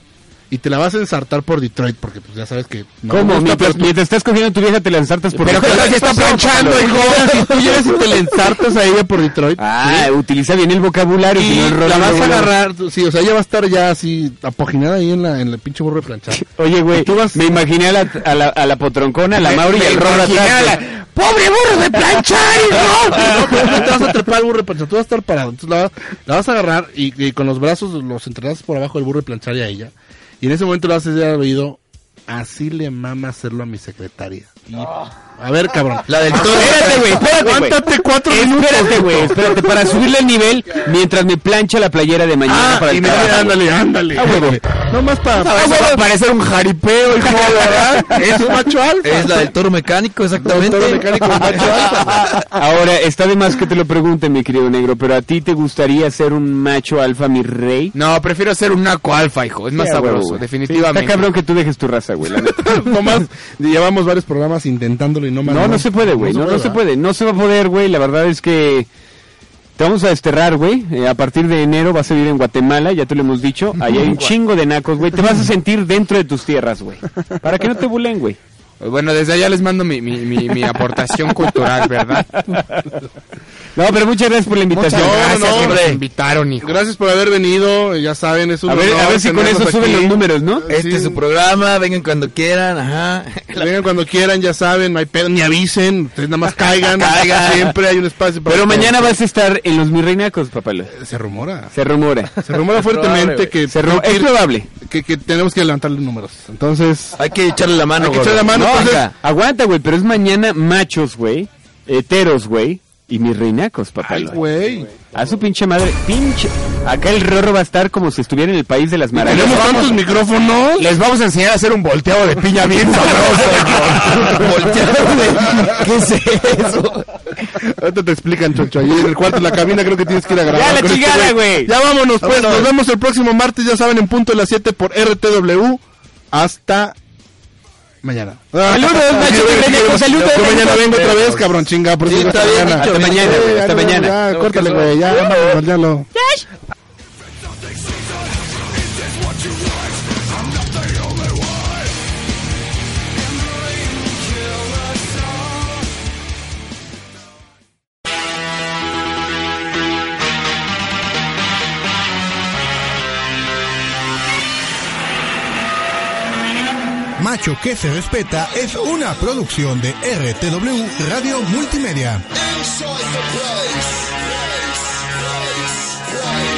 Y te la vas a ensartar por Detroit, porque pues ya sabes que... no me
¿Cómo?
gusta,
Mientras,
pero-
mientras estás cogiendo a tu vieja, te lanzartas por
Pero que se está planchando, hijo. Si tú
(laughs)
llegas y te la ensartas a ella por Detroit...
Ah, utiliza bien el vocabulario.
Y
si no el rollo,
la vas a
rollo.
agarrar, sí, o sea, ella va a estar ya así apoginada ahí en la, en el pinche burro de planchar.
Oye, güey,
tú vas-
me imaginé a la, a la, a la potroncona, a la
Me-
Mauri y
me
al Rorro
imaginé
atrás,
a la-
güey.
¡Pobre burro de planchar,
No, pero tú te vas a trepar al burro de planchar, tú vas a estar parado. Entonces la, la vas a agarrar y, y con los brazos los entrelazas por abajo del burro de planchar (laughs) y a ella. Y en ese momento le vas a decir al oído, así le mama hacerlo a mi secretaria. Y- a ver, cabrón.
La del todo.
(laughs) Espérate, güey, espérate, güey.
Aguántate cuatro minutos.
Espérate, güey, espérate, para subirle el nivel mientras me plancha la playera de mañana
Ah,
para el
y me
trabajo, Ah,
ándale,
güey.
ándale.
Ah, güey, güey.
No más para...
Eso va a parecer un jaripeo, hijo, ¿verdad?
Es un macho alfa.
Es la del toro mecánico, exactamente.
Toro mecánico macho alfa.
(laughs) Ahora, está de más que te lo pregunte, mi querido negro, pero ¿a ti te gustaría ser un macho alfa, mi rey?
No, prefiero ser un naco alfa, hijo. Es más
Sí, a huevo,
sabroso,
güey.
definitivamente.
Está cabrón que tú dejes tu raza, güey. la neta.
Nomás llevamos varios programas intentándolo y no más.
(laughs) No, no se puede, güey. No, no se
¿verdad?
puede. No se va a poder, güey. La verdad es que te vamos a desterrar, güey. Eh, a partir de enero vas a vivir en Guatemala, ya te lo hemos dicho. (laughs) Ahí hay un chingo de nacos, güey. Te vas a sentir dentro de tus tierras, güey. Para que no te bulen, güey.
Pues Bueno, desde allá les mando mi, mi, mi, mi aportación
(laughs)
cultural, ¿verdad?
No, pero muchas gracias por la invitación.
Muchas gracias,
Gracias que
hombre.
nos invitaron, hijo.
Gracias por haber venido, ya saben, es un
A ver,
honor
a ver si con
tenerlos
eso
aquí.
suben los números, ¿no?
Este
Sí.
es su programa, vengan cuando quieran, ajá.
Vengan cuando quieran, ya saben, no hay pedo, ni avisen, ustedes nada más
(laughs)
caigan,
Caigan.
siempre hay un espacio para
Pero
todos.
mañana vas a estar en los mirreinacos, papalo.
se rumora.
Se rumora.
(laughs) Se rumora fuertemente que,
Se ru- es probable.
que, que tenemos que levantar los números. Entonces,
Hay que echarle la mano,
Hay que
gordo.
echarle la mano,
No,
entonces-
venga.
Aguanta, güey, pero es mañana machos, güey. Heteros, güey. Y mis reinacos,
ay,
papalo.
güey.
A su pinche madre, pinche. Acá el rorro va a estar como si estuviera en el país de las maravillas.
Tenemos tantos micrófonos.
Les vamos a enseñar a hacer un volteado
(laughs)
de piña bien sabroso.
Volteado de- ¿Qué es eso?
Ahorita te explican, Chocho. Ahí en el cuarto, en la cabina, creo que tienes que ir a grabar.
la
con este
chingada, güey.
Ya vámonos, pues. Nos vemos el próximo martes, ya saben, en punto de las 7 por RTW. Hasta Mañana. (laughs)
Saludos, macho,
Ah, Yo-
pendejo,
yo-
saludos.
Yo mañana vengo otra vez, cabrón, chinga. Por
Sí,
eso
está bien dicho, Hasta mañana, güey, hasta
Ya, ya,
mañana.
Ya, córtale, güey, ya, vámonos, guárdalo.
Macho que se respeta es una producción de RTW Radio Multimedia.
Inside the place. Place. Place. Place.